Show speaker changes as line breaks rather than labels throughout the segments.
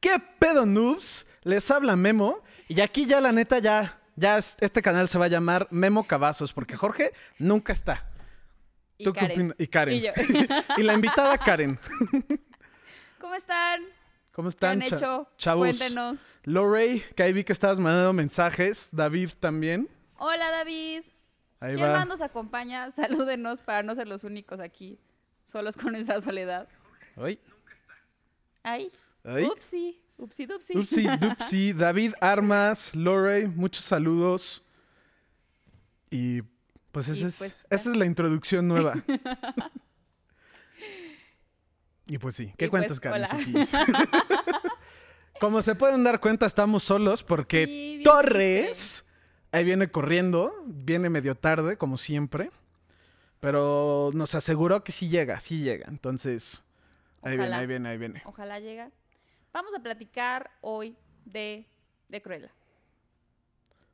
¿Qué pedo, noobs? Les habla Memo. Y aquí ya, la neta, ya, ya es- este canal se va a llamar Memo Cavazos, porque Jorge nunca está.
Y
¿Tú qué
Karen.
opinas? Y Karen.
Y yo.
Y la invitada Karen.
¿Cómo están?
¿Cómo
¿Qué
están,
han
cha-
hecho?
chavos?
Cuéntenos.
Lorey, que ahí vi que estabas mandando mensajes. David también.
Hola, David.
Ahí
¿Quién
va.
más nos acompaña? Salúdenos para no ser los únicos aquí, solos con nuestra soledad.
Ay.
Ay.
Ay.
Upsi. Upsi, dupsi.
Upsi, dupsi. David Armas, Lorey, muchos saludos. Y pues, esa
Y,
es,
pues,
esa es la introducción nueva. y pues sí, ¿qué
Y,
cuentas,
pues,
Karen?
hola.
Sujis? Como se pueden dar cuenta, estamos solos porque
Sí, bien
Torres ahí viene corriendo, viene medio tarde, como siempre. Pero nos aseguró que sí llega, sí llega. Entonces, ahí viene,
Ojalá.
ahí viene, ahí viene.
Ojalá llega. Vamos a platicar hoy de, de Cruella.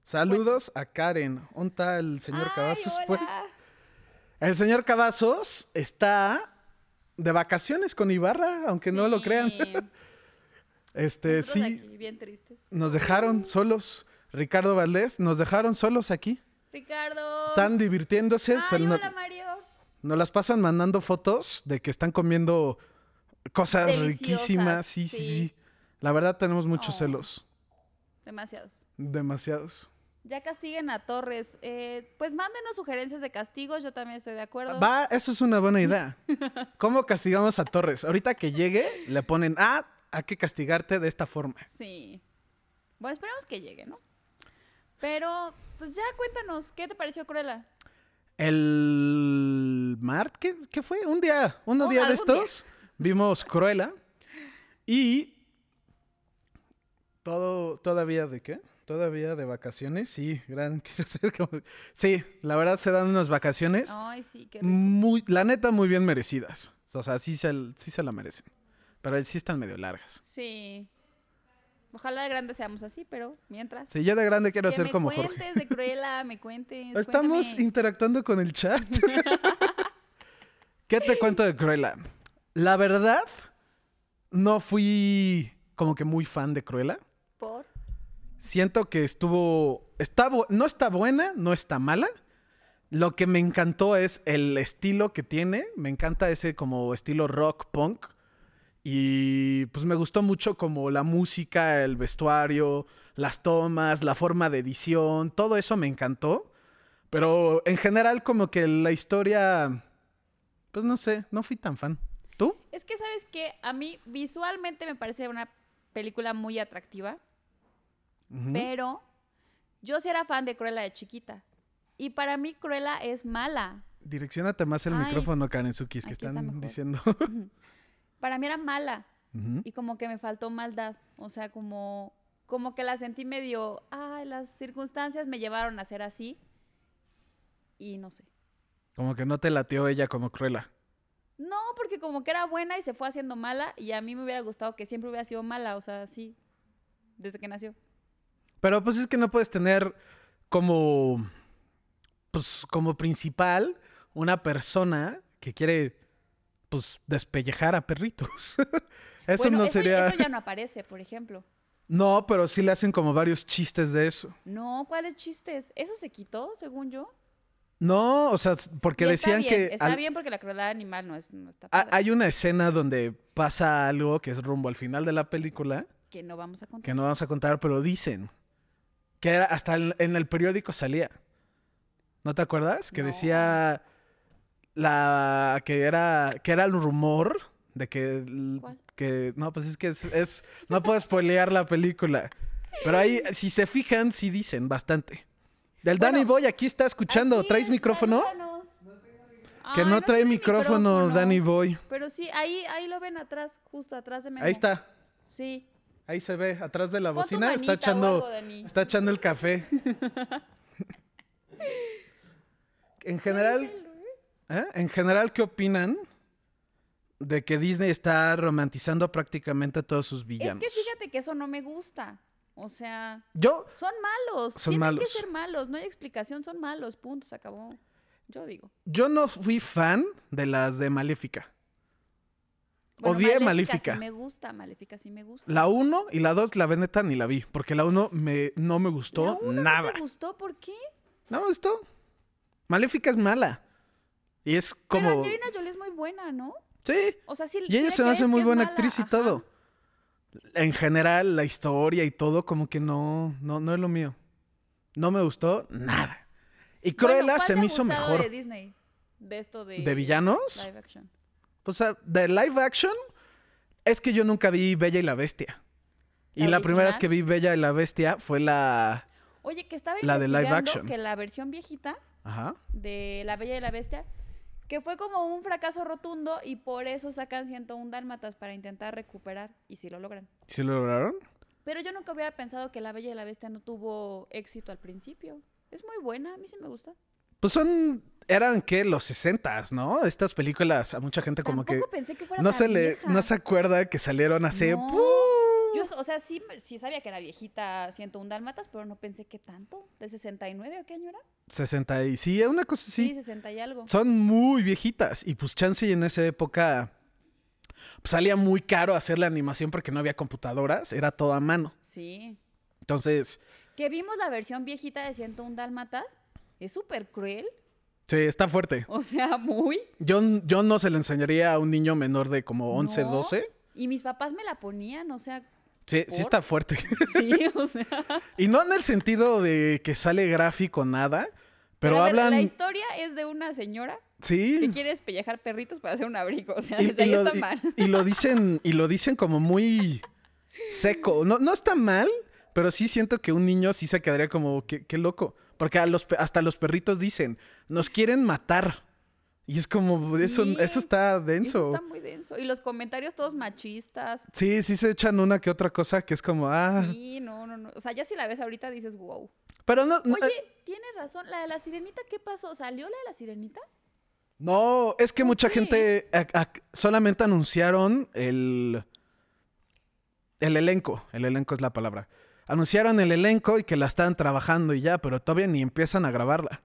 Saludos a Karen. ¿Onta el señor
Ay,
Cavazos?
hola.
Pues? El señor Cavazos está de vacaciones con Ibarra, aunque no lo
Sí.
crean. Este,
Nosotros
sí,
aquí, Mm. bien tristes.
nos dejaron solos. Ricardo Valdés, nos dejaron solos aquí.
Ricardo.
Están divirtiéndose. se-
Ay,
no-
hola, Mario.
nos las pasan mandando fotos de que están comiendo cosas
Deliciosas,
riquísimas. Sí, sí,
sí.
sí. La verdad tenemos muchos
Oh.
celos.
Demasiados.
Demasiados.
Ya castiguen a Torres. Eh, pues mándenos sugerencias de castigos, yo también estoy de acuerdo.
Va, eso es una buena idea. ¿Cómo castigamos a Torres? Ahorita que llegue, le ponen, ah, hay que castigarte de esta forma.
Sí. Bueno, esperemos que llegue, ¿no? Pero, pues ya cuéntanos, ¿qué te pareció Cruella?
El martes, ¿qué, qué fue? Un día, unos
Un-
días de
algún día.
estos, vimos Cruella y todo, todavía de qué? Todavía de vacaciones, sí, gran, quiero ser como- Sí, la verdad se dan unas vacaciones
Ay, sí, qué rico.
muy, la neta, muy bien merecidas. O sea, sí se, sí se la merecen. Pero sí están medio largas.
Sí. Ojalá de grande seamos así, pero mientras.
Sí, yo de grande quiero
que
ser
me
como
cuentes
Jorge.
de Cruella, me cuentes.
Estamos
cuéntame.
interactuando con el chat. ¿Qué te cuento de Cruella? La verdad, no fui como que muy fan de Cruella.
por.
Siento que estuvo... Está, bu- no está buena, no está mala. Lo que me encantó es el estilo que tiene. Me encanta ese como estilo rock punk. Y pues me gustó mucho como la música, el vestuario, las tomas, la forma de edición, todo eso me encantó. Pero en general como que la historia, pues no sé, no fui tan fan. ¿Tú?
Es que, ¿sabes qué? A mí visualmente me parece una película muy atractiva.
Ujú.
Pero yo sí era fan de Cruella de chiquita. Y para mí Cruella es mala.
Direcciónate más el
Ay,
micrófono, Karen Tsukis, que
aquí está
están
mejor.
diciendo.
Para mí era mala.
Ujú.
Y como que me faltó maldad. O sea, como, como que la sentí medio, ay, las circunstancias me llevaron a ser así. Y no sé.
Como que no te lateó ella como Cruella.
No, porque como que era buena y se fue haciendo mala. Y a mí me hubiera gustado que siempre hubiera sido mala. O sea, así. Desde que nació.
Pero pues es que no puedes tener como pues como principal una persona que quiere pues despellejar a perritos. eso
Bueno,
no
ya-
sería
eso ya no aparece, por ejemplo.
No, pero sí le hacen como varios chistes de eso.
No, ¿cuáles chistes? Eso se quitó, según yo.
No, o sea, s- porque
Y
decían
está bien,
que
está
al-
bien porque la crueldad animal no es no está
a-
padre,
hay una escena donde pasa algo que es rumbo al final de la película,
que no vamos a contar.
que no vamos a contar, pero dicen que era hasta en, en el periódico salía. ¿No te acuerdas? Que
No.
decía la que era que era el rumor de que l-
¿Cuál?
que no, pues es que es, es- no puedo spoilear la película. Pero ahí si se fijan sí dicen bastante. Del
Bueno,
Danny Boy aquí está escuchando,
Aquí,
¿traes micrófono?
salúdanos.
Que
Ay,
no, trae micrófono, Danny Boy.
Pero sí, ahí, ahí lo ven atrás, justo atrás de Memo.
Ahí está.
Sí.
Ahí se ve atrás de la
Pon tu
bocina
manita
está
o
echando
algo, Dani.
Está echando el café. en general, ¿eh? en general, ¿qué opinan de que Disney está romantizando prácticamente a todos sus
Es
villanos?
que fíjate que eso no me gusta. O sea,
Yo,
son malos.
Son
Tienen
malos.
que ser malos. No hay explicación, son malos. Punto, se acabó. Yo digo.
yo no fui fan de las de Maléfica.
Bueno,
Odié Maléfica.
Sí me gusta, Maléfica sí me gusta.
La 1 y la 2, la neta ni la vi, porque la 1 me, no me
La
gustó
uno
nada.
¿No te gustó? ¿Por qué?
No me gustó. Maléfica es mala. Y es
Pero
como.
Angelina Jolie es muy buena, ¿no?
Sí.
O sea, sí.
Y ella
sí
se me
crees
hace
que
muy
es
buena
mala,
actriz y
ajá.
todo. En general, la historia y todo, como que no, no, no es lo mío. No me gustó nada. Y
Bueno,
Cruella
¿cuál
se
te ha
me hizo
gustado
mejor.
de Disney? De esto de...
¿De villanos?
Live action.
O sea, de live action, es que yo nunca vi Bella y la Bestia. Y
¿La
la primera vez
original?
que vi Bella y la Bestia fue la.
Oye, que estaba
La de live
investigando
action.
que la versión viejita
Ajá.
de La Bella y la Bestia, que fue como un fracaso rotundo y por eso sacan 101 dálmatas para intentar recuperar y si lo logran.
¿Sí lo lograron?
Pero yo nunca hubiera pensado que La Bella y la Bestia no tuvo éxito al principio. Es muy buena, a mí sí me gusta.
Pues son. Eran que los 60 ¿no? Estas películas a mucha gente como
Tampoco
que
pensé que fuera
no
tan
se le
vieja.
no se acuerda que salieron hace
No.
¡Puuu!
Yo, o sea, sí, sí sabía que era viejita 101 dálmatas, pero no pensé que tanto. ¿Del 69 o qué año era?
60 y sí, una cosa
Sí,
así.
60 y algo.
Son muy viejitas y pues chance y en esa época pues, salía muy caro hacer la animación porque no había computadoras, era todo a mano.
Sí.
Entonces,
Que vimos la versión viejita de 101 dálmatas. Es súper cruel.
sí, está fuerte.
O sea, muy.
Yo, yo no se lo enseñaría a un niño menor de como 11,
No.
12.
Y mis papás me la ponían, o sea,
Sí, sí
¿Por?
está fuerte.
sí, o sea.
y no en el sentido de que sale gráfico nada, pero,
a ver,
hablan
la historia es de una señora
Sí.
que quiere espellejar perritos para hacer un abrigo. O sea,
y,
desde
y
ahí
lo,
está
y-
mal.
y lo dicen y lo dicen como muy seco. No, no está mal, pero sí siento que un niño sí se quedaría como qué, qué loco, porque a los pe- hasta los perritos dicen, "Nos quieren matar." Y es como eso
Sí.
eso está denso.
Eso está muy denso. Y los comentarios todos machistas.
Sí, sí se echan una que otra cosa que es como, ah,
Sí, no, no, no. O sea, ya si la ves ahorita dices, wow.
pero no eh. no,
Oye, tienes razón. La de la sirenita, ¿qué pasó? ¿Salió la de la sirenita?
no, es que
¿por
mucha
qué?
gente ac- ac- solamente anunciaron el El elenco, el elenco es la palabra. Anunciaron el elenco y que la están trabajando y ya, pero todavía ni empiezan a grabarla.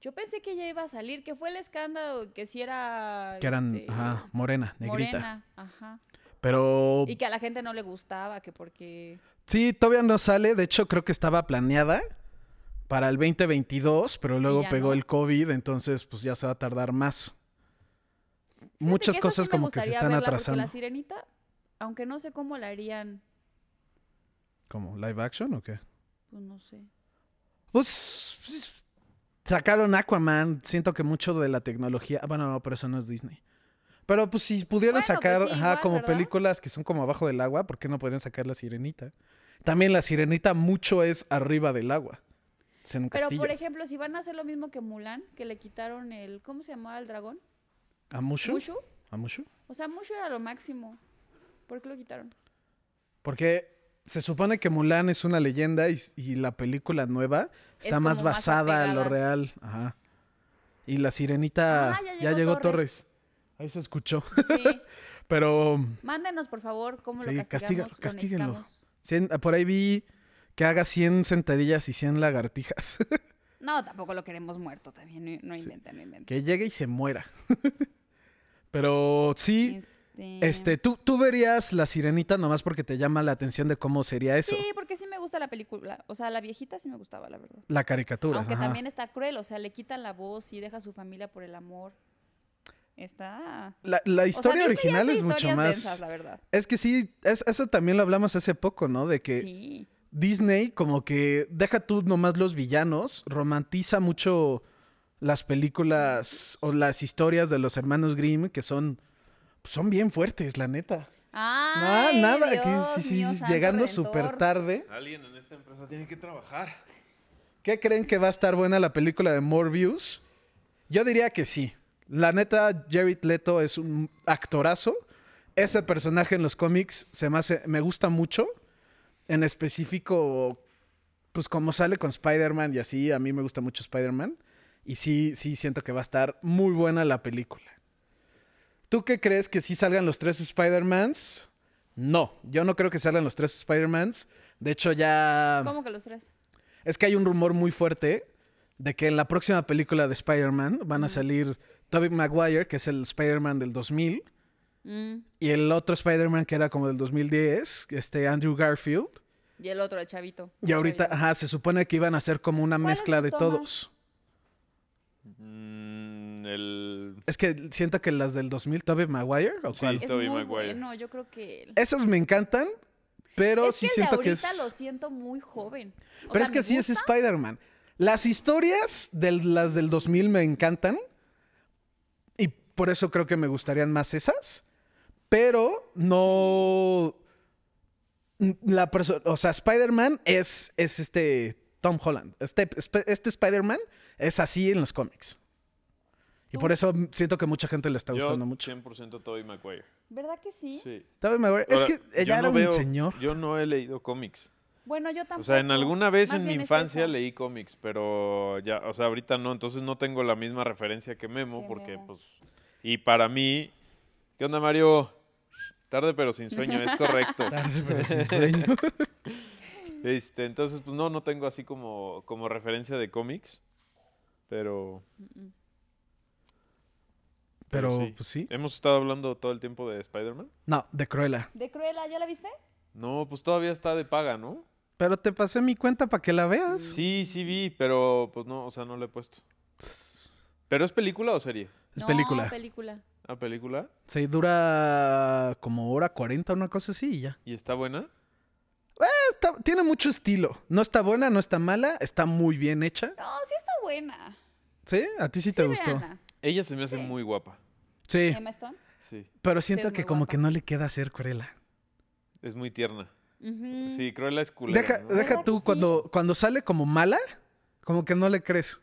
Yo pensé que ya iba a salir, que fue el escándalo que si era.
Que eran,
este,
ajá, morena, negrita.
Morena, ajá.
Pero
Y que a la gente no le gustaba, que porque.
sí, todavía no sale. De hecho, creo que estaba planeada para el 2022, pero luego
ya
pegó
no.
el COVID, entonces pues ya se va a tardar más.
Fíjate
Muchas
que esa
cosas
sí me
como que se
gustaría
están
verla, porque
atrasando.
La sirenita, aunque no sé cómo la harían,
¿Como live action o qué?
pues no sé.
Pues, pues, sacaron Aquaman. Siento que mucho de la tecnología. ah, Bueno, no, pero eso no es Disney. Pero pues si pudieran
Bueno, pues,
sacar
sí,
ajá,
igual,
como
¿verdad?
películas que son como abajo del agua, ¿por qué no podrían sacar la sirenita? También la sirenita mucho es arriba del agua. Es en un
Pero
castillo.
por ejemplo, si van a hacer lo mismo que Mulan, que le quitaron el. ¿Cómo se llamaba el dragón?
¿A Mushu?
Mushu.
¿A Mushu?
O sea, Mushu era lo máximo. ¿Por qué lo quitaron?
Porque se supone que Mulan es una leyenda y, y la película nueva
Es
está más
como más
basada en lo
apegada.
real. Ajá. Y la sirenita
Ah,
ya llegó,
ya llegó
Torres. Ahí se escuchó.
Sí.
Pero
Mándenos, por favor, cómo
Sí,
lo
castiga-
castigamos. lo
castíguenlo.
necesitamos.
Cien- ah, por ahí vi que haga 100 sentadillas y 100 lagartijas.
No, tampoco lo queremos muerto también. No, no inventen, no inventen.
que llegue y se muera. Pero sí,
Este...
este, tú, tú verías la sirenita nomás porque te llama la atención de cómo sería eso.
Sí, porque sí me gusta la película. O sea, la viejita sí me gustaba, la verdad.
La caricatura.
Aunque
ajá.
también está cruel, o sea, le quitan la voz y deja a su familia por el amor. Está.
La, la
O sea,
historia
Disney
original
hace
es mucho
historias
más.
densas, la verdad.
Es que sí, es- eso también lo hablamos hace poco, ¿no? De que
Sí.
Disney como que deja tú nomás los villanos, romantiza mucho las películas o las historias de los hermanos Grimm que son pues, son bien fuertes, la neta. Ah,
Ah,
nada, que sí, sí, sí, llegando súper
super
tarde.
Alguien en esta empresa tiene que trabajar.
¿Qué creen que va a estar buena la película de Morbius? Yo diría que sí. La neta, Jared Leto es un actorazo. Ese personaje en los cómics se me, hace- me gusta mucho. En específico, pues como sale con Spider-Man y así, a mí me gusta mucho Spider-Man. Y sí, sí siento que va a estar muy buena la película. ¿Tú qué crees que sí salgan los tres Spider-Mans? No, yo no creo que salgan los tres Spider-Mans. De hecho, ya...
¿Cómo que los tres?
Es que hay un rumor muy fuerte de que en la próxima película de Spider-Man van a salir Tobey Maguire, que es el Spider-Man del 2000,
Mm.
Y el otro Spider-Man que era como del 2010, este Andrew Garfield.
Y el otro, el chavito.
Y ahorita,
Chavito.
ajá, se supone que iban a hacer como una
¿Cuál es
mezcla
el
de
toma?
todos.
Mm, el...
Es que siento que las del 2000, Tobey Maguire, ¿o
Sí.
cuál?
Es
Tobey
muy
Maguire.
bueno, yo creo que él.
Esas me encantan, pero
es
sí
que el de
siento que es...
ahorita lo siento muy joven. O
Pero
sea,
es que
me
sí es
gusta,
Spider-Man. Las historias de las del 2000 me encantan. Y por eso creo que me gustarían más esas. Pero no. La perso- o sea, Spider-Man es, es este Tom Holland. Este, Sp- este Spider-Man es así en los cómics. Y por
Tú-
eso siento que mucha gente le está
Yo
gustando mucho.
100% Tobey Maguire.
¿Verdad que sí?
Sí.
Tobey Maguire- Es
Ahora,
que
yo
ella
no
era un
veo-
señor.
Yo no he leído cómics.
Bueno, yo tampoco.
O sea, en alguna vez
Más
en mi
bien es
infancia
eso.
leí cómics, pero ya, o sea, ahorita no, entonces no tengo la misma referencia que Memo,
Que
porque
Memo.
pues... Y para mí... ¿Qué onda, Mario? Tarde pero sin sueño, es correcto.
Tarde, pero sin sueño.
Este, entonces, pues no, no tengo así como, como referencia de cómics, pero...
Mm, mm.
Pero
sí.
pues sí.
¿Hemos estado hablando todo el tiempo de Spider-Man?
No, de Cruella.
¿De Cruella ya la viste?
No, pues todavía está de paga, ¿no?
Pero te pasé mi cuenta para que la
Ah,
veas.
Sí, sí vi, pero pues no, o sea, no lo he puesto. ¿Pero es película o serie?
Es
Mm. No,
película.
película.
Ah,
¿A película?
Sí, dura como hora 40, una cosa así y ya.
¿Y está buena?
Está- tiene mucho estilo. No está buena, no está mala, está muy bien hecha.
No, sí está buena.
¿Sí? ¿A ti sí te gustó?
véanla.
Ella se me hace
Sí.
muy guapa.
Sí,
Emma Stone.
Sí,
pero siento
es
que
muy
como
guapa.
que no le queda hacer Cruella.
es muy tierna.
Ujú.
Sí, Cruella es culera.
Deja,
¿no?
deja
¿Verdad
tú,
que sí?
cuando, cuando sale como mala, como que no le crees.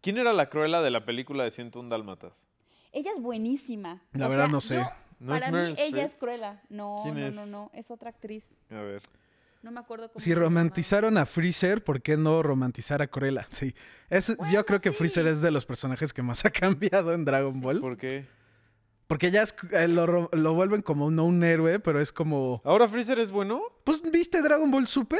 ¿Quién era la Cruella de la película de 101 Dálmatas?
Ella es buenísima.
La
O
verdad
sea,
no sé.
yo-
¿No es
para mí
Meryl
ella
Streep?
es Cruella. No,
¿Quién
no,
es?
no, no, es otra actriz.
A ver.
No me acuerdo cómo
Si
se llama.
romantizaron a Freezer, ¿por qué no romantizar a Cruella? Sí. Es- yo
Bueno,
creo que
sí.
Freezer es de los personajes que más ha cambiado en Dragon Ball.
¿Por qué?
Porque ya es- eh, lo, ro- lo vuelven como no un héroe, pero es como...
¿Ahora Freezer es bueno?
Pues, ¿viste Dragon Ball Super?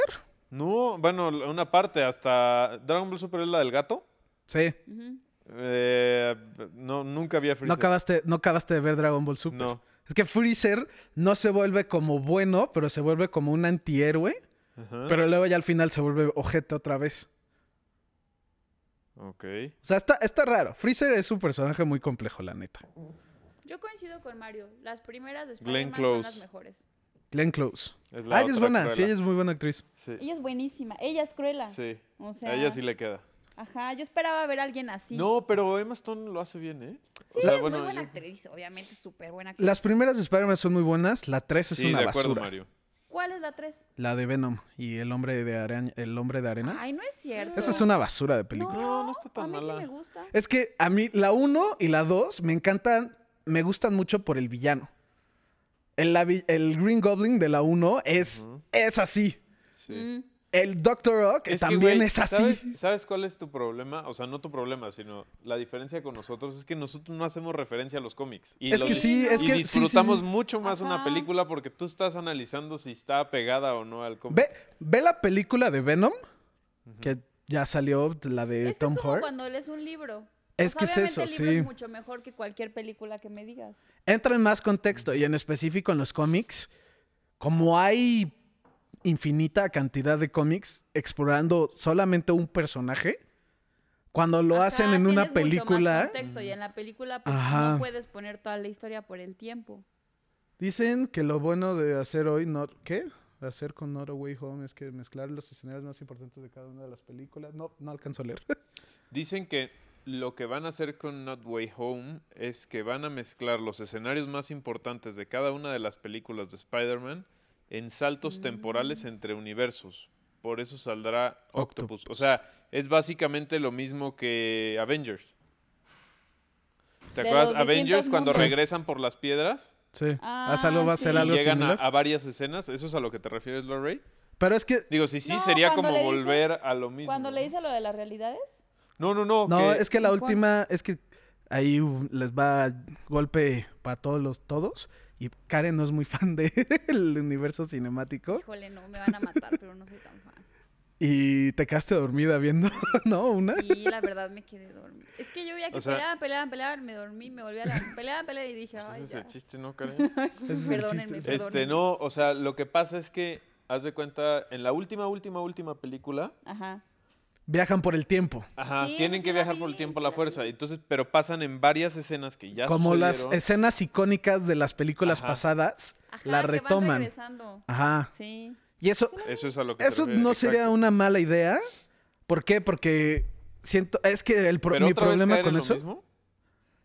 No, bueno, l- una parte, hasta Dragon Ball Super es la del gato.
Sí.
Ujú.
Eh, no, nunca había Freezer.
No acabaste, no acabaste de ver Dragon Ball Super.
No.
Es que Freezer no se vuelve como bueno, pero se vuelve como un antihéroe.
Ajá.
Pero luego ya al final se vuelve ojete otra vez.
Ok.
O sea, está, está raro. Freezer es un personaje muy complejo, la neta.
Yo coincido con Mario. Las primeras de
Glenn
Spider-Man son las
Close.
mejores.
Glenn Close.
Es la
Ah, ella es
otra
buena. Sí,
Cruella.
ella es muy buena actriz.
Sí.
Ella es buenísima. Ella es Cruella.
sí.
O sea,
A ella sí le queda.
ajá, yo esperaba ver a alguien así.
No, pero Emma Stone lo hace bien, ¿eh?
sí,
O sea,
es
bueno,
muy buena
yo-
actriz, obviamente, súper buena actriz.
Las primeras de Spider-Man son muy buenas. La 3 es
Sí,
una
de acuerdo,
basura.
Mario.
¿Cuál es la 3?
La de Venom y el hombre de, araña- el hombre de arena.
Ay, no es cierto.
Esa es una basura de película.
No, no está tan
a mí
mala.
sí me gusta.
Es que a mí la 1 y la 2 me encantan, me gustan mucho por el villano. El, lavi- el Green Goblin de la 1 es,
Ujú.
es así.
Sí.
Mm,
El Doctor Ock
Es que,
también
güey,
es así.
¿sabes, ¿Sabes cuál es tu problema? O sea, no tu problema, sino la diferencia con nosotros es que nosotros no hacemos referencia a los cómics. Y
Es
los-
que sí, es
y
que sí, sí,
disfrutamos
sí.
mucho más una
Ajá.
película porque tú estás analizando si está pegada o no al cómic.
Ve, ve la película de Venom, que ya salió, la de
Es que
Tom
es como
Hart.
cuando lees un libro.
Es
O sea,
que es
Pues
eso,
obviamente el libro
sí.
es mucho mejor que cualquier película que me digas.
Entra en más contexto y en específico en los cómics, como hay infinita cantidad de cómics explorando solamente un personaje, cuando lo
Ajá,
hacen en una
tienes mucho más
película...
contexto, y en la película pues,
Ajá.
no puedes poner toda la historia por el tiempo.
Dicen que lo bueno de hacer hoy, no, ¿qué? De hacer con Not Away Home es que mezclar los escenarios más importantes de cada una de las películas. No, no alcanzo a leer.
Dicen que lo que van a hacer con Not Way Home es que van a mezclar los escenarios más importantes de cada una de las películas de Spider-Man en saltos
Mm.
temporales entre universos. Por eso saldrá Octopus. O sea, es básicamente lo mismo que Avengers. ¿Te
De
acuerdas?
los distintos
Avengers cuando
mundos.
regresan por las piedras
Sí.
Ah,
Haz algo, va a
sí.
ser
y
algo
llegan a,
similar.
a varias escenas. ¿Eso es a lo que te refieres, Lorray?
Pero es que,
Digo, sí, sí,
No,
sería
cuando
como
le dice-
volver a lo mismo.
Cuando le
¿no?
dice lo de las realidades,
No, no, no.
no,
que-
es que la
¿En cuál?
última, es que ahí uh, les va golpe para todos los todos. Y Karen no es muy fan del universo cinemático.
híjole, no, me van a matar, pero no soy tan fan.
Y te quedaste dormida viendo, ¿no? Una.
Sí, la verdad me quedé dormida. Es que yo veía que
O sea-
peleaban, peleaban, peleaban, me dormí, me volví a la peleaban, peleaban y dije,
Ese
ay,
es
ya.
el chiste, ¿no, Karen?
Ese es el
Perdónenme,
chiste.
este,
perdónenme.
no, o sea, lo que pasa es que, haz de cuenta, en la última, última, última película,
Ajá.
Viajan por el tiempo.
ajá,
Sí,
tienen
esa
que
sí la
viajar por
vi,
el tiempo a
esa
la
la
fuerza.
vi.
Entonces, pero pasan en varias escenas que ya
Como las
sucedieron.
escenas icónicas de las películas
Ajá.
pasadas,
Ajá,
la
que van
retoman.
regresando.
Ajá.
Sí.
Y eso,
Eso es a lo que te
eso
refieres,
no sería
exacto.
una mala idea. ¿Por qué? Porque siento, es que el pro-
Pero
mi
otra vez
problema
caer en
con
lo
eso
mismo.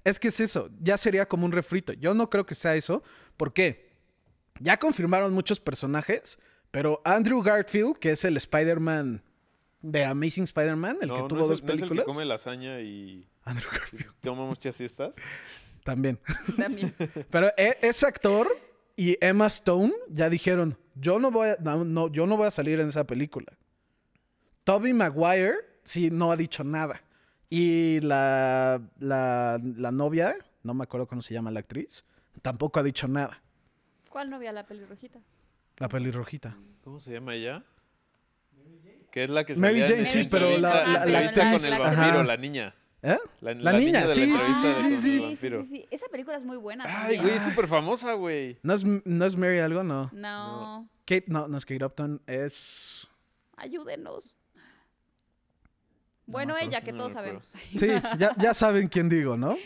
es que es eso, ya sería como un refrito. Yo no creo que sea eso. ¿Por qué? Ya confirmaron muchos personajes, pero Andrew Garfield, que es el Spider-Man de Amazing Spider-Man, el
No,
que
no
tuvo
es
dos
el- no es el que
películas, Ah,
come lasaña y
Andrew Garfield
toma muchas siestas.
también.
También.
Pero e- ese actor y Emma Stone ya dijeron, yo no voy a, no, no, yo no voy a salir en esa película. Toby Maguire sí no ha dicho nada. Y la, la, la novia, no me acuerdo cómo se llama la actriz, tampoco ha dicho nada.
¿Cuál novia? La pelirrojita.
La pelirrojita.
¿Cómo se llama ella? Que es la que
Mary
salía en
Jane,
sí,
Ah, la
pero la- la-
entrevista-
la
entrevista
actriz-
con el
Ajá.
vampiro, la niña.
¿Eh?
La,
La niña,
de la
sí, sí,
entrevista
sí,
de
sí, sí.
con el vampiro.
sí, sí. Esa película es muy buena.
Ay,
también.
güey, es súper famosa, güey.
¿No es, ¿No es Mary algo? No.
No.
Kate, no, no es Kate Upton, es...
Ayúdenos. Bueno,
me acuerdo.
ella, que
No
todos
me acuerdo.
sabemos.
Sí, ya, ya saben quién digo, ¿no?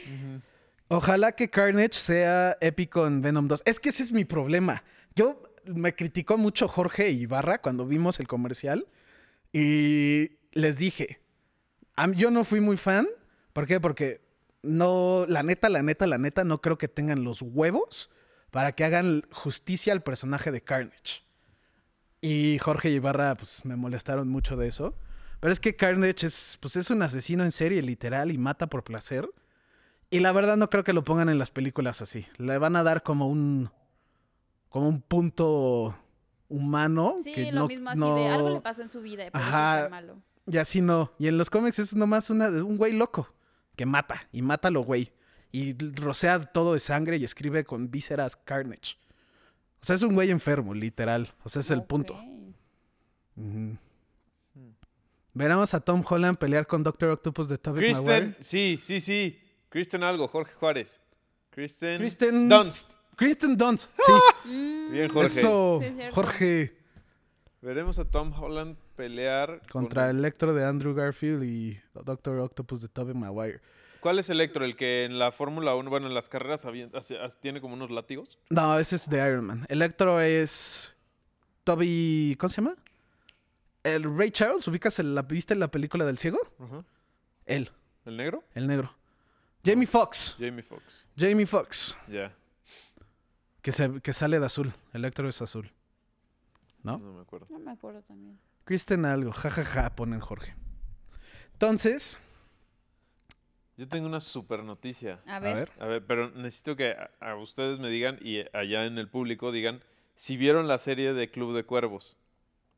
Ojalá que Carnage sea épico en Venom 2. Es que ese es mi problema. Yo me criticó mucho Jorge Ibarra cuando vimos el comercial y les dije, a mí- yo no fui muy fan. ¿Por qué? Porque no, la neta, la neta, la neta, no creo que tengan los huevos para que hagan justicia al personaje de Carnage. Y Jorge Ibarra, pues me molestaron mucho de eso. Pero es que Carnage es, pues, es un asesino en serie, literal, y mata por placer. Y la verdad no creo que lo pongan en las películas así. Le van a dar como un. como un punto humano.
Sí,
que
lo
no-
mismo así
no-
de algo le pasó en su vida y por
Ajá.
eso es tan malo.
y así no. Y en los cómics es nomás una, un güey loco que mata y mata a lo güey. Y rocea todo de sangre y escribe con vísceras Carnage. O sea, es un güey enfermo, literal. O sea, es el punto.
Ok.
Ujú. Veremos a Tom Holland pelear con Doctor Octopus de Tobey
Kristen,
Maguire.
sí, sí, sí. Kristen algo, Jorge Juárez. Kristen,
Kristen-
Dunst.
Kristen Dunst. Sí,
Mm,
Bien, ¡Oh! Jorge.
eso.
Sí, es cierto.
Jorge.
Veremos a Tom Holland pelear
Contra
con-
Electro de Andrew Garfield y Doctor Octopus de Tobey Maguire.
¿Cuál es Electro? El que en la Fórmula 1, bueno, en las carreras avien- hace- hace- tiene como unos látigos.
No, ese es de Iron Man. Electro es. Toby. ¿Cómo se llama? El Ray Charles. ¿Ubicas el, la, ¿Viste la película del ciego?
Ajá.
Él,
¿El negro?
el negro. Jamie Foxx.
Jamie Foxx.
Jamie Foxx.
Ya.
Que, se, que sale de azul. Electro es azul. ¿No?
No me acuerdo.
No me acuerdo también.
Kristen algo, jajaja, ponen Jorge. Entonces,
Yo tengo una super noticia.
A ver.
ver.
A ver, pero necesito que a, a ustedes me digan y allá en el público digan si vieron la serie de Club de Cuervos.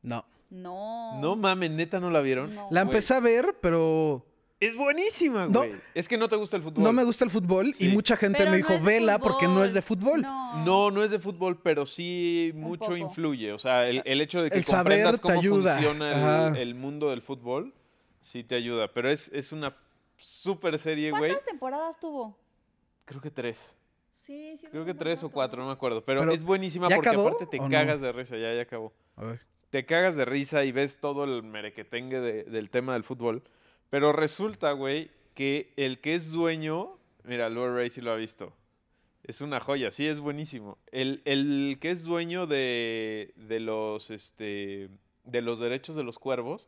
no.
No.
No mames, neta no la vieron.
No.
La
Güey,
empecé a ver, pero
Es buenísima,
No.
güey. Es que no te gusta el fútbol.
no me gusta el fútbol
Sí.
y mucha gente
Pero
me
no
dijo,
es de
vela porque no es de fútbol.
fútbol. No.
No, no es de fútbol, pero sí
Un
mucho
poco.
influye. O sea, el, el hecho de que
El saber
comprendas
te
cómo
ayuda.
funciona el,
Ajá.
el mundo del fútbol, sí te ayuda. Pero es, es una super serie, güey.
¿Cuántas temporadas tuvo?
Creo que tres.
Sí, sí. duró
Creo que
un buen
tres o
rato,
cuatro,
¿no?
no me acuerdo. Pero,
Pero,
es buenísima
¿ya
porque
acabó
aparte te
o no?
cagas de risa. Ya, ya acabó.
A ver.
te cagas de risa y ves todo el merequetengue de- del tema del fútbol. Pero resulta, güey, que el que es dueño. Mira, Lou Ray sí lo ha visto. Es una joya, sí, es buenísimo. El, el que es dueño de, de los este. de los derechos de los cuervos.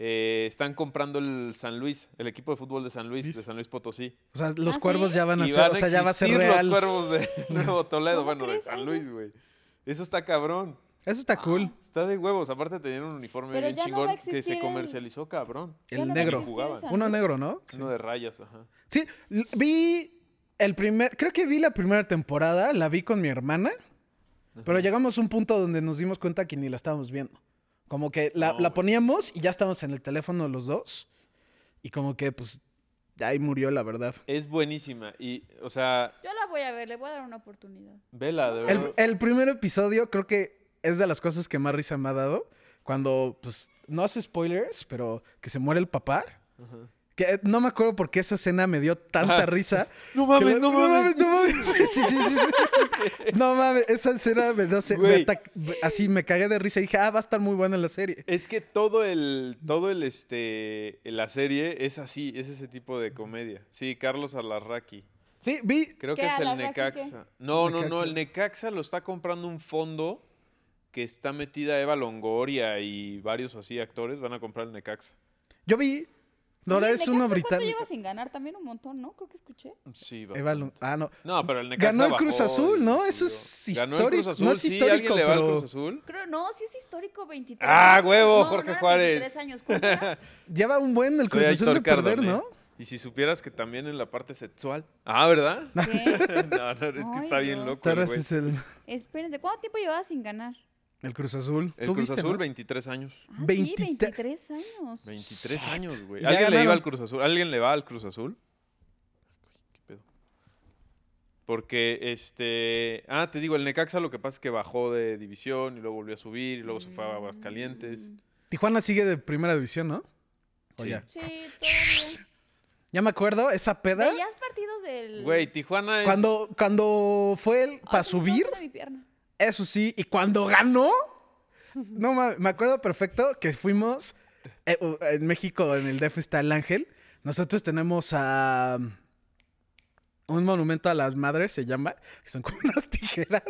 eh, están comprando el San Luis, el equipo de fútbol de San Luis, de
Luis.
San Luis Potosí.
O sea, los
¿Ah,
cuervos
sí?
ya van a
y
ser,
van
o sea, ya va a ser
existir
real.
los cuervos de Nuevo Toledo,
¿Cómo
bueno, de
crees?
San
Ay,
Luis,
Dios.
güey. Eso está cabrón.
Eso está cool.
Ah.
Está de huevos, aparte tenían un uniforme
Pero
bien
ya no va
chingón
a
que se
existir el-
comercializó, cabrón.
Ya
El
no
negro.
existe
Jugaban.
esa,
Uno
¿no?
negro, ¿no? Sí.
Uno de rayas, ajá.
Sí, l- vi el primer, creo que vi la primera temporada, la vi con mi hermana, pero llegamos a un punto donde nos dimos cuenta que ni la estábamos viendo. Como que la,
No,
la
güey.
poníamos y ya estábamos en el teléfono los dos y como que pues ahí murió la verdad.
Es buenísima y, o sea,
Yo la voy a ver, le voy a dar una oportunidad.
vela, de
El-
El, eh,
verdad.
el primer episodio creo que es de las cosas que más risa me ha dado. Cuando, pues, no hace spoilers, pero que se muere el papá. Que eh, no me acuerdo por qué esa escena me dio tanta
Ajá.
risa.
No
que
mames,
la-
no mames.
no mames. Sí, sí, sí, sí, sí. No mames, esa escena me, no sé, me
Güey.
atac- me- así me cagué de risa y dije, ah, va a estar muy buena la serie.
Es que todo el, todo el, este, la serie es así, es ese tipo de comedia. Sí, Carlos Alarraqui.
Sí, vi.
Creo
¿Qué,
que es el
Alarraqui qué?
Necaxa. No, no, no,
Necaxa.
el Necaxa lo está comprando un fondo que está metida Eva Longoria y varios así actores van a comprar el Necaxa.
Yo vi. No,
Oye,
es
Necaxa,
uno
¿cuánto
británico.
lleva sin ganar? También un montón, ¿no? Creo que escuché.
Sí,
Eva
bastante.
Lon- Ah, no.
No, pero el Necaxa
Ganó el Cruz
bajó
Azul,
y
¿no?
subió.
Eso es
¿Ganó el
histórico.
Cruz Azul?
No es
Sí,
histórico,
¿Alguien le va al
pero-
Cruz Azul?
Creo, no, sí es histórico, 23.
Ah, huevo,
No,
Jorge
no eran
Juárez.
23 años, ¿cuánto?
Lleva un buen el
Soy
Cruz Azul de
Aitor
perder,
Cardone.
¿no?
Y si supieras que también en la parte sexual. Ah, ¿verdad?
¿Qué?
no, no, es que
Ay,
está bien
Dios.
loco el
Tarras
güey.
es el,
Espérense, ¿cuánto tiempo llevaba sin ganar?
el Cruz Azul.
El
¿Tú
Cruz
viste,
Azul,
no?
23 años.
Ah, sí,
23.
23 años.
23 años, güey.
Ya
¿Alguien le iba
ganaron.
al Cruz Azul? ¿Alguien le va al Cruz Azul? ¿Qué pedo? Porque, este... Ah, te digo, el Necaxa lo que pasa es que bajó de división y luego volvió a subir y luego se fue a Aguascalientes.
Mm.
Tijuana sigue de primera división, ¿no? O
Sí.
ya.
Sí, todavía.
Ya me acuerdo, esa peda.
Veías partidos del... Ah,
Güey, Tijuana es...
Cuando, cuando fue el
Ay,
para
se me está
subir,
doliendo mi pierna.
eso sí, y cuando ganó, no ma- me acuerdo perfecto que fuimos eh, u- en México, en el DF está el Ángel. Nosotros tenemos a um, un monumento a las madres, se llama, que son como unas tijeras.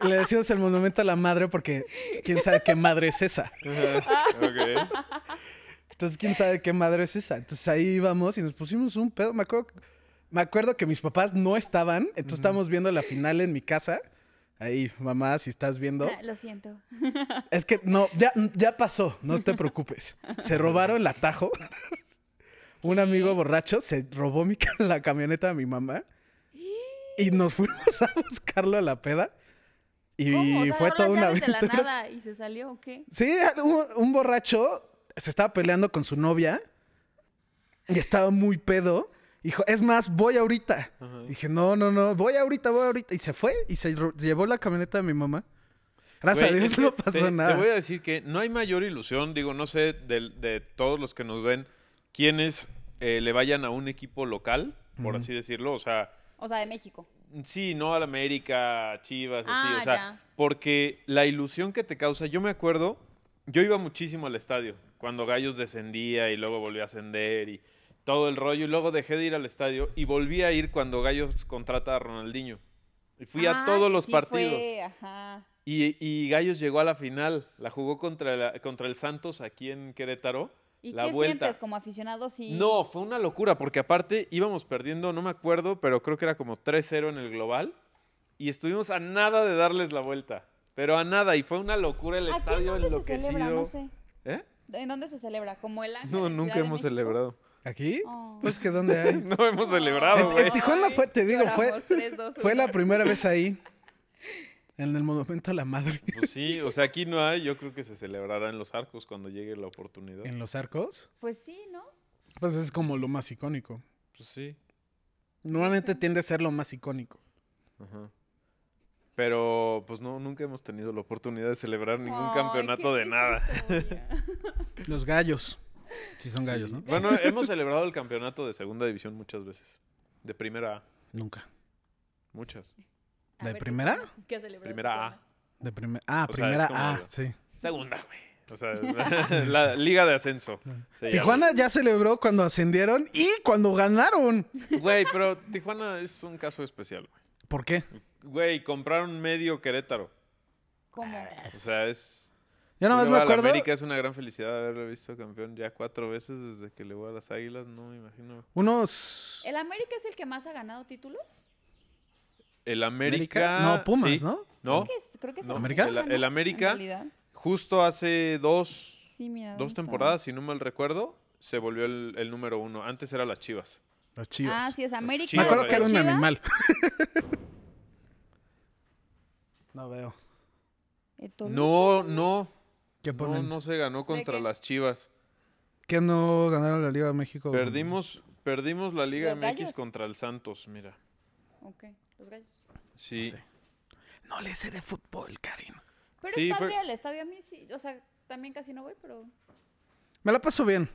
Le decimos el monumento a la madre porque quién sabe qué madre es esa.
Ajá, ok.
Entonces, quién sabe qué madre es esa. Entonces ahí íbamos y nos pusimos un pedo. Me acuerdo, me acuerdo que mis papás no estaban. Entonces estábamos viendo la final en mi casa. Ahí, mamá, si estás viendo.
Ah, lo siento.
Es que no, ya, ya pasó, no te preocupes. Se robaron el atajo. Un amigo borracho se robó mi ca- la camioneta de mi mamá. Y nos fuimos a buscarlo a la peda. Y
¿Cómo? O sea,
fue
agarró
toda
las
una
llaves de la
aventura.
nada y se salió, ¿o qué?
Sí, un, un borracho se estaba peleando con su novia y estaba muy pedo. Dijo, es más, voy ahorita.
Ajá.
Dije, no, no, no, voy ahorita, voy ahorita. Y se fue y se ro- llevó la camioneta de mi mamá. Gracias
Güey,
a Dios
es que
no pasó
te-
nada.
Te voy a decir que no hay mayor ilusión, digo, no sé de, de todos los que nos ven, quienes eh, le vayan a un equipo local, por
Ujú.
así decirlo, o sea,
O sea, de México.
sí, no al América, a Chivas, así,
Ah,
o sea,
ya.
porque la ilusión que te causa, yo me acuerdo, yo iba muchísimo al estadio, cuando Gallos descendía y luego volvió a ascender y todo el rollo, y luego dejé de ir al estadio y volví a ir cuando Gallos contrata a Ronaldinho. Y fui a
Ah,
todos
que
los
sí
partidos.
fue, ajá.
Y, y Gallos llegó a la final, la jugó contra, la- contra el Santos aquí en Querétaro.
¿Y
la
qué
vuelta.
sientes como aficionado si...
No, fue una locura, porque aparte íbamos perdiendo, no me acuerdo, pero creo que era como 3-0 en el global. Y estuvimos a nada de darles la vuelta. Pero a nada, y fue una locura el
¿Aquí en
estadio
dónde
enloquecido.
se celebra? No sé.
¿Eh?
¿En dónde se celebra? ¿Como el Ángel
No,
en Ciudad
nunca
de
hemos
México?
celebrado.
¿Aquí?
Oh.
Pues que dónde hay.
No hemos celebrado,
En- en,
güey.
Tijuana fue, te digo, fue,
Lloramos, tres, dos,
fue la
uno.
primera vez ahí. En el monumento a la madre.
Pues sí, o sea, aquí no hay. Yo creo que se celebrará en los arcos cuando llegue la oportunidad.
En los arcos.
Pues sí, ¿no?
Pues es como lo más icónico.
Pues sí.
Normalmente tiende a ser lo más icónico.
Ajá. Pero pues no, nunca hemos tenido la oportunidad de celebrar ningún
Ay,
campeonato
qué
de nada.
triste historia.
Los gallos. Sí son
Sí.
gallos, ¿no?
Bueno, hemos celebrado el campeonato de segunda división muchas veces. De primera A,
Nunca.
muchas.
A
¿De
ver,
primera?
¿Qué has celebrado?
Primera A.
De primer- Ah,
O sea, es
primera
como
A,
la-
sí.
Segunda, güey. O sea, la liga de ascenso. se llama.
Tijuana ya celebró cuando ascendieron y cuando ganaron.
Güey, pero Tijuana es un caso especial, güey.
¿Por qué?
Güey, compraron medio Querétaro.
¿Cómo?
O sea, es...
Yo nada más
Y
me
luego a la
acuerdo
América es una gran felicidad haberlo visto campeón ya cuatro veces desde que le voy a las Águilas, no me imagino.
unos...
¿El América es el que más ha ganado títulos?
El América...
No, Pumas,
sí.
¿no?
Creo
No,
que es, creo que es
No,
el
¿América?
Puebla,
el-
¿no?
el
En
América-
realidad.
justo hace dos,
Sí, mira. ¿dónde Ah,
dos
está?
temporadas, si no mal recuerdo, se volvió el, el número uno. Antes era las Chivas.
Los chivas.
Ah, sí, es América.
me
Chivas,
acuerdo que era un
Chivas.
animal. no veo.
Eh, Toluca.
No, no,
¿Qué
no,
ponen?
no se ganó contra
qué?
las Chivas.
¿Qué no ganaron la Liga de México?
Perdimos, perdimos la Liga
Los
MX
Gallos.
contra el Santos, mira.
Ok, los gallos.
Sí.
No le sé de fútbol, Karin.
Pero
Sí,
es
fue-
padre el estadio. A mí sí, o sea, también casi no voy, pero
Me la paso bien.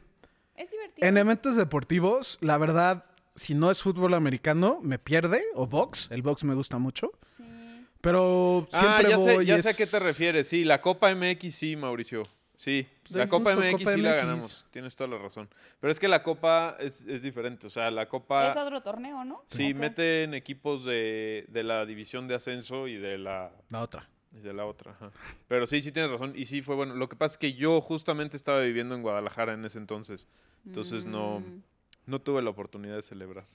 es divertido.
En eventos deportivos, la verdad, si no es fútbol americano, me pierde. O box. El box me gusta mucho.
Sí.
Pero
ah,
siempre
ya sé,
voy
ya
y
sé a qué
es-
te refieres. Sí, la Copa MX sí, Mauricio. Sí,
Pues
la
ahí
Copa
puso
MX
Copa
sí la
MX.
ganamos. Tienes toda la razón. Pero es que la Copa es, es diferente. O sea, la Copa...
Es otro torneo, ¿no?
Sí,
Ok.
meten equipos de, de la división de ascenso y de la,
La otra.
y de la otra. ajá. Pero sí, sí tienes razón. Y sí fue bueno. Lo que pasa es que yo justamente estaba viviendo en Guadalajara en ese entonces. Entonces no,
Mm.
no tuve la oportunidad de celebrar.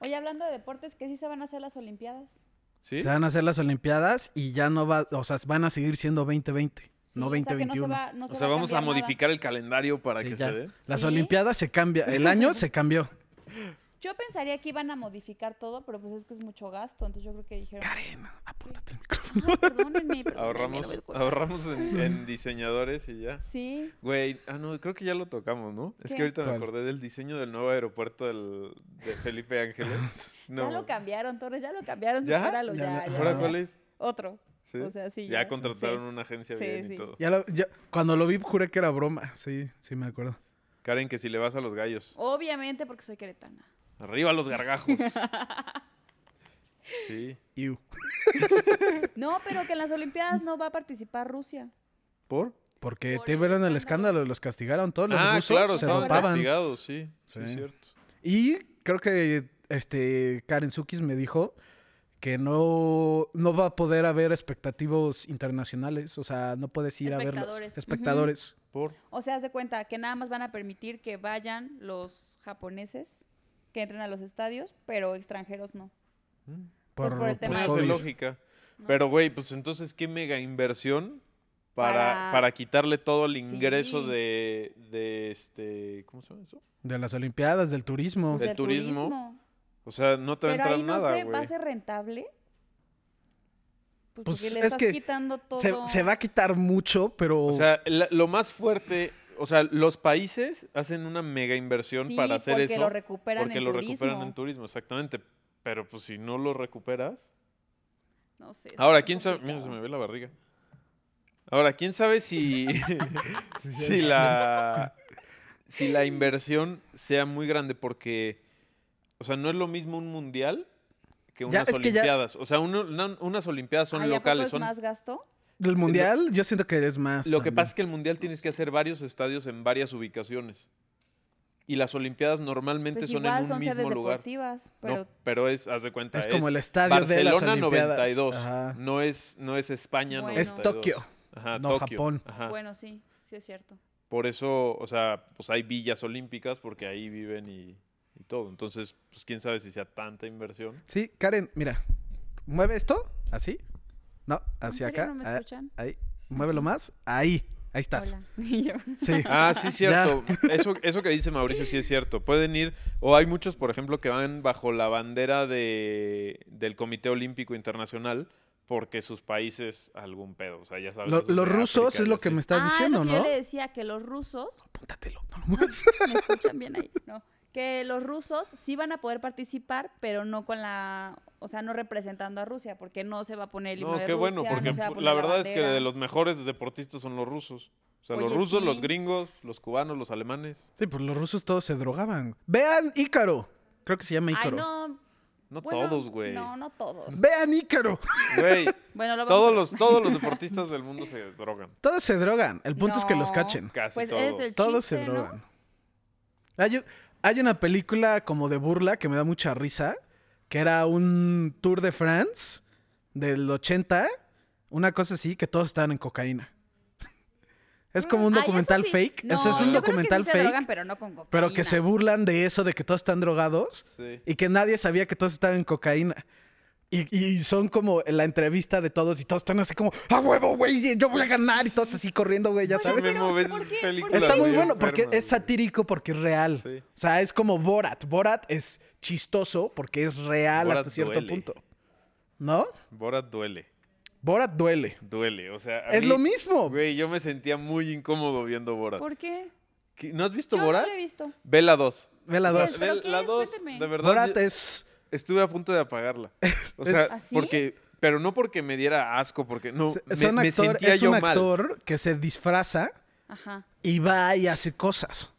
Oye, hablando de deportes, que sí se van a hacer las Olimpiadas.
¿Sí?
Se van a hacer las Olimpiadas y ya no va, o sea, van a seguir siendo 2020,
Sí,
no
o sea, que no se
2021.
va- no
O
se
sea,
va
vamos a
cambiar nada.
modificar el calendario para
Sí,
que
ya.
se dé.
Las
¿Sí?
Olimpiadas se cambia, el año se cambió.
Yo pensaría que iban a modificar todo, pero pues es que es mucho gasto. Entonces yo creo que dijeron.
Karen, apúntate el micrófono.
"Ay, perdónenme, perdónenme, no me
Ahorramos,
escucho".
ahorramos en, en diseñadores y ya.
Sí.
Güey, ah, no, creo que ya lo tocamos, ¿no? Es
¿Qué?
que ahorita me
¿Cuál?
acordé del diseño del nuevo aeropuerto del- de Felipe Ángeles. No.
Ya lo cambiaron, Torres, ya lo cambiaron.
¿Ya?
supéralo,
Ya
ya,
lo-
ya,
¿Ahora
ya.
cuál es?
Otro.
Sí.
O sea, sí.
ya,
sí.
contrataron una agencia
Sí,
bien
sí.
y todo.
Ya lo- ya- cuando lo vi juré que era broma, sí, sí me acuerdo.
Karen, que si le vas a los gallos.
Obviamente porque soy queretana.
Arriba los gargajos. sí.
Iu.
No, pero que en las Olimpiadas no va a participar Rusia.
¿Por?
Porque
Por
te
el
vieron el
escándalo.
escándalo, los castigaron todos los
ah,
rusos,
claro,
se
estaban
dopaban.
castigados, sí. Sí, es
Sí.
cierto.
Y creo que este Karen Sukis me dijo que no, no va a poder haber expectativos internacionales, o sea, no puedes ir a verlos.
Espectadores. Ujú.
Espectadores.
¿Por?
O sea, haz de cuenta que nada más van a permitir que vayan los japoneses que entren a los estadios, pero extranjeros no.
Mm.
Pues por el tema
Puede
de-
ser
COVID.
lógica.
¿no?
Pero, güey, pues entonces, ¿qué mega inversión para,
Para-
para... quitarle todo el ingreso
Sí.
de, de este. ¿Cómo se llama eso?
De las Olimpiadas, del turismo.
De- del turismo, O sea, no te va a
Pero
entrar
ahí no
nada,
sé, ¿va a
güey.
ser rentable? Pues,
Pues,
porque le
es
estás
que
quitando todo.
Se, se va a quitar mucho, pero
O sea, la- lo más fuerte. O sea, los países hacen una mega inversión
Sí,
para hacer
porque
eso.
lo recuperan
porque
en
lo
turismo.
recuperan en turismo, exactamente. Pero pues si no lo recuperas.
No sé. está
Ahora,
muy
quién sabe. Mira,
complicado.
se me ve la barriga. Ahora, quién sabe si. si la. Si la inversión sea muy grande, porque. O sea, no es lo mismo un mundial que
Ya,
unas
es que ya-
olimpiadas. O sea, uno- una- unas olimpiadas son
Ay, ¿a poco
locales.
es
Son,
más gasto?
el mundial yo siento que es más.
lo que
también.
pasa es que el mundial tienes que hacer varios estadios en varias ubicaciones. Y las olimpiadas normalmente
Pues
son
igual
en un
son sedes
mismo lugar.
deportivas,
No,
pero
pero es, haz de cuenta,
es como el estadio de las
Barcelona
Olimpiadas.
92.
Ajá.
No es, no es España
Bueno.
Es
92.
Tokio.
Ajá,
no
Tokio.
Japón.
Ajá.
bueno, sí, sí es cierto.
Por eso, o sea, pues hay villas olímpicas porque ahí viven y, y todo. Entonces, pues quién sabe si sea tanta inversión.
Sí, Karen, mira. Mueve esto, así. No, hacia
¿En serio
acá.
no me
ah,
escuchan?
Ahí. Muévelo más. Ahí. Ahí estás.
Hola. Y yo,
Sí.
Ah, sí,
Ya.
cierto. Eso, eso que dice Mauricio sí es cierto. Pueden ir, o hay muchos, por ejemplo, que van bajo la bandera de, del Comité Olímpico Internacional porque sus países algún pedo. O sea, ya sabes.
Lo-
esos
los
pues de
rusos
África
es
y
lo que
así.
me estás
ah,
diciendo,
lo que
¿no?
Yo le decía que los rusos
Apúntatelo, no lo muevas.
me escuchan bien ahí, ¿no? Que los rusos sí van a poder participar, pero no con la, o sea, no representando a Rusia, porque no se va a poner el himno
No,
de
qué bueno,
Rusia,
porque
no se va a poner
la verdad es que
bandera.
de los mejores deportistas son los rusos. O sea, los
Oye,
rusos, los
sí.
gringos, los cubanos, los alemanes.
Sí, pues los rusos todos se drogaban. Vean Ícaro. Creo que se llama
Ay,
Ícaro.
no,
No
bueno,
todos, güey.
No, no todos.
Vean Ícaro.
Güey,
Bueno, lo vamos a
todos
ver.
los, todos los deportistas del mundo se drogan.
Todos se drogan. El punto es que los
No,
cachen.
Casi
pues
todos.
es el
Todos se
chiste, ¿no?
drogan. Hay, un- hay una película como de burla que me da mucha risa, que era un Tour de France del 80, una cosa así, que todos estaban en cocaína. Es como un
Mm, Ay, eso
documental
sí.
fake.
No,
Eso es un
yo creo que
documental
sí se
fake,
drogan, pero no con
pero que se
cocaína.
burlan de eso, de que todos están drogados
Sí.
y que nadie sabía que todos estaban en cocaína. Y, y son como la entrevista de todos y todos están así como, ¡a huevo, güey! Yo voy a ganar y todos así corriendo, güey, ya
Oye,
sabes.
Sí, mismo
pero
ves
¿por qué? ¿Por
películas
qué?
Está muy
Sí,
bueno porque
enfermas,
es satírico, porque es real.
Sí.
O sea, es como Borat. Borat es chistoso porque es real
Borat
hasta cierto
duele.
punto. ¿No?
Borat duele.
Borat duele.
Duele, o sea. a
Es
mí-
lo mismo.
Güey, yo me sentía muy incómodo viendo Borat.
¿Por qué?
¿Qué- ¿No has visto
Yo no
Borat?
lo he visto.
Ve la 2.
Ve la
Sí,
dos.
¿Pero
Ve
qué
la
es?
2.
Cuénteme.
De verdad,
Borat
yo
es.
estuve a punto de apagarla. O sea,
¿Ah, sí?
porque. Pero no porque me diera asco, porque no.
Se-
Me,
son
me
actor-
sentía
es
yo
un
mal.
actor que se disfraza
Ajá.
y va y hace cosas.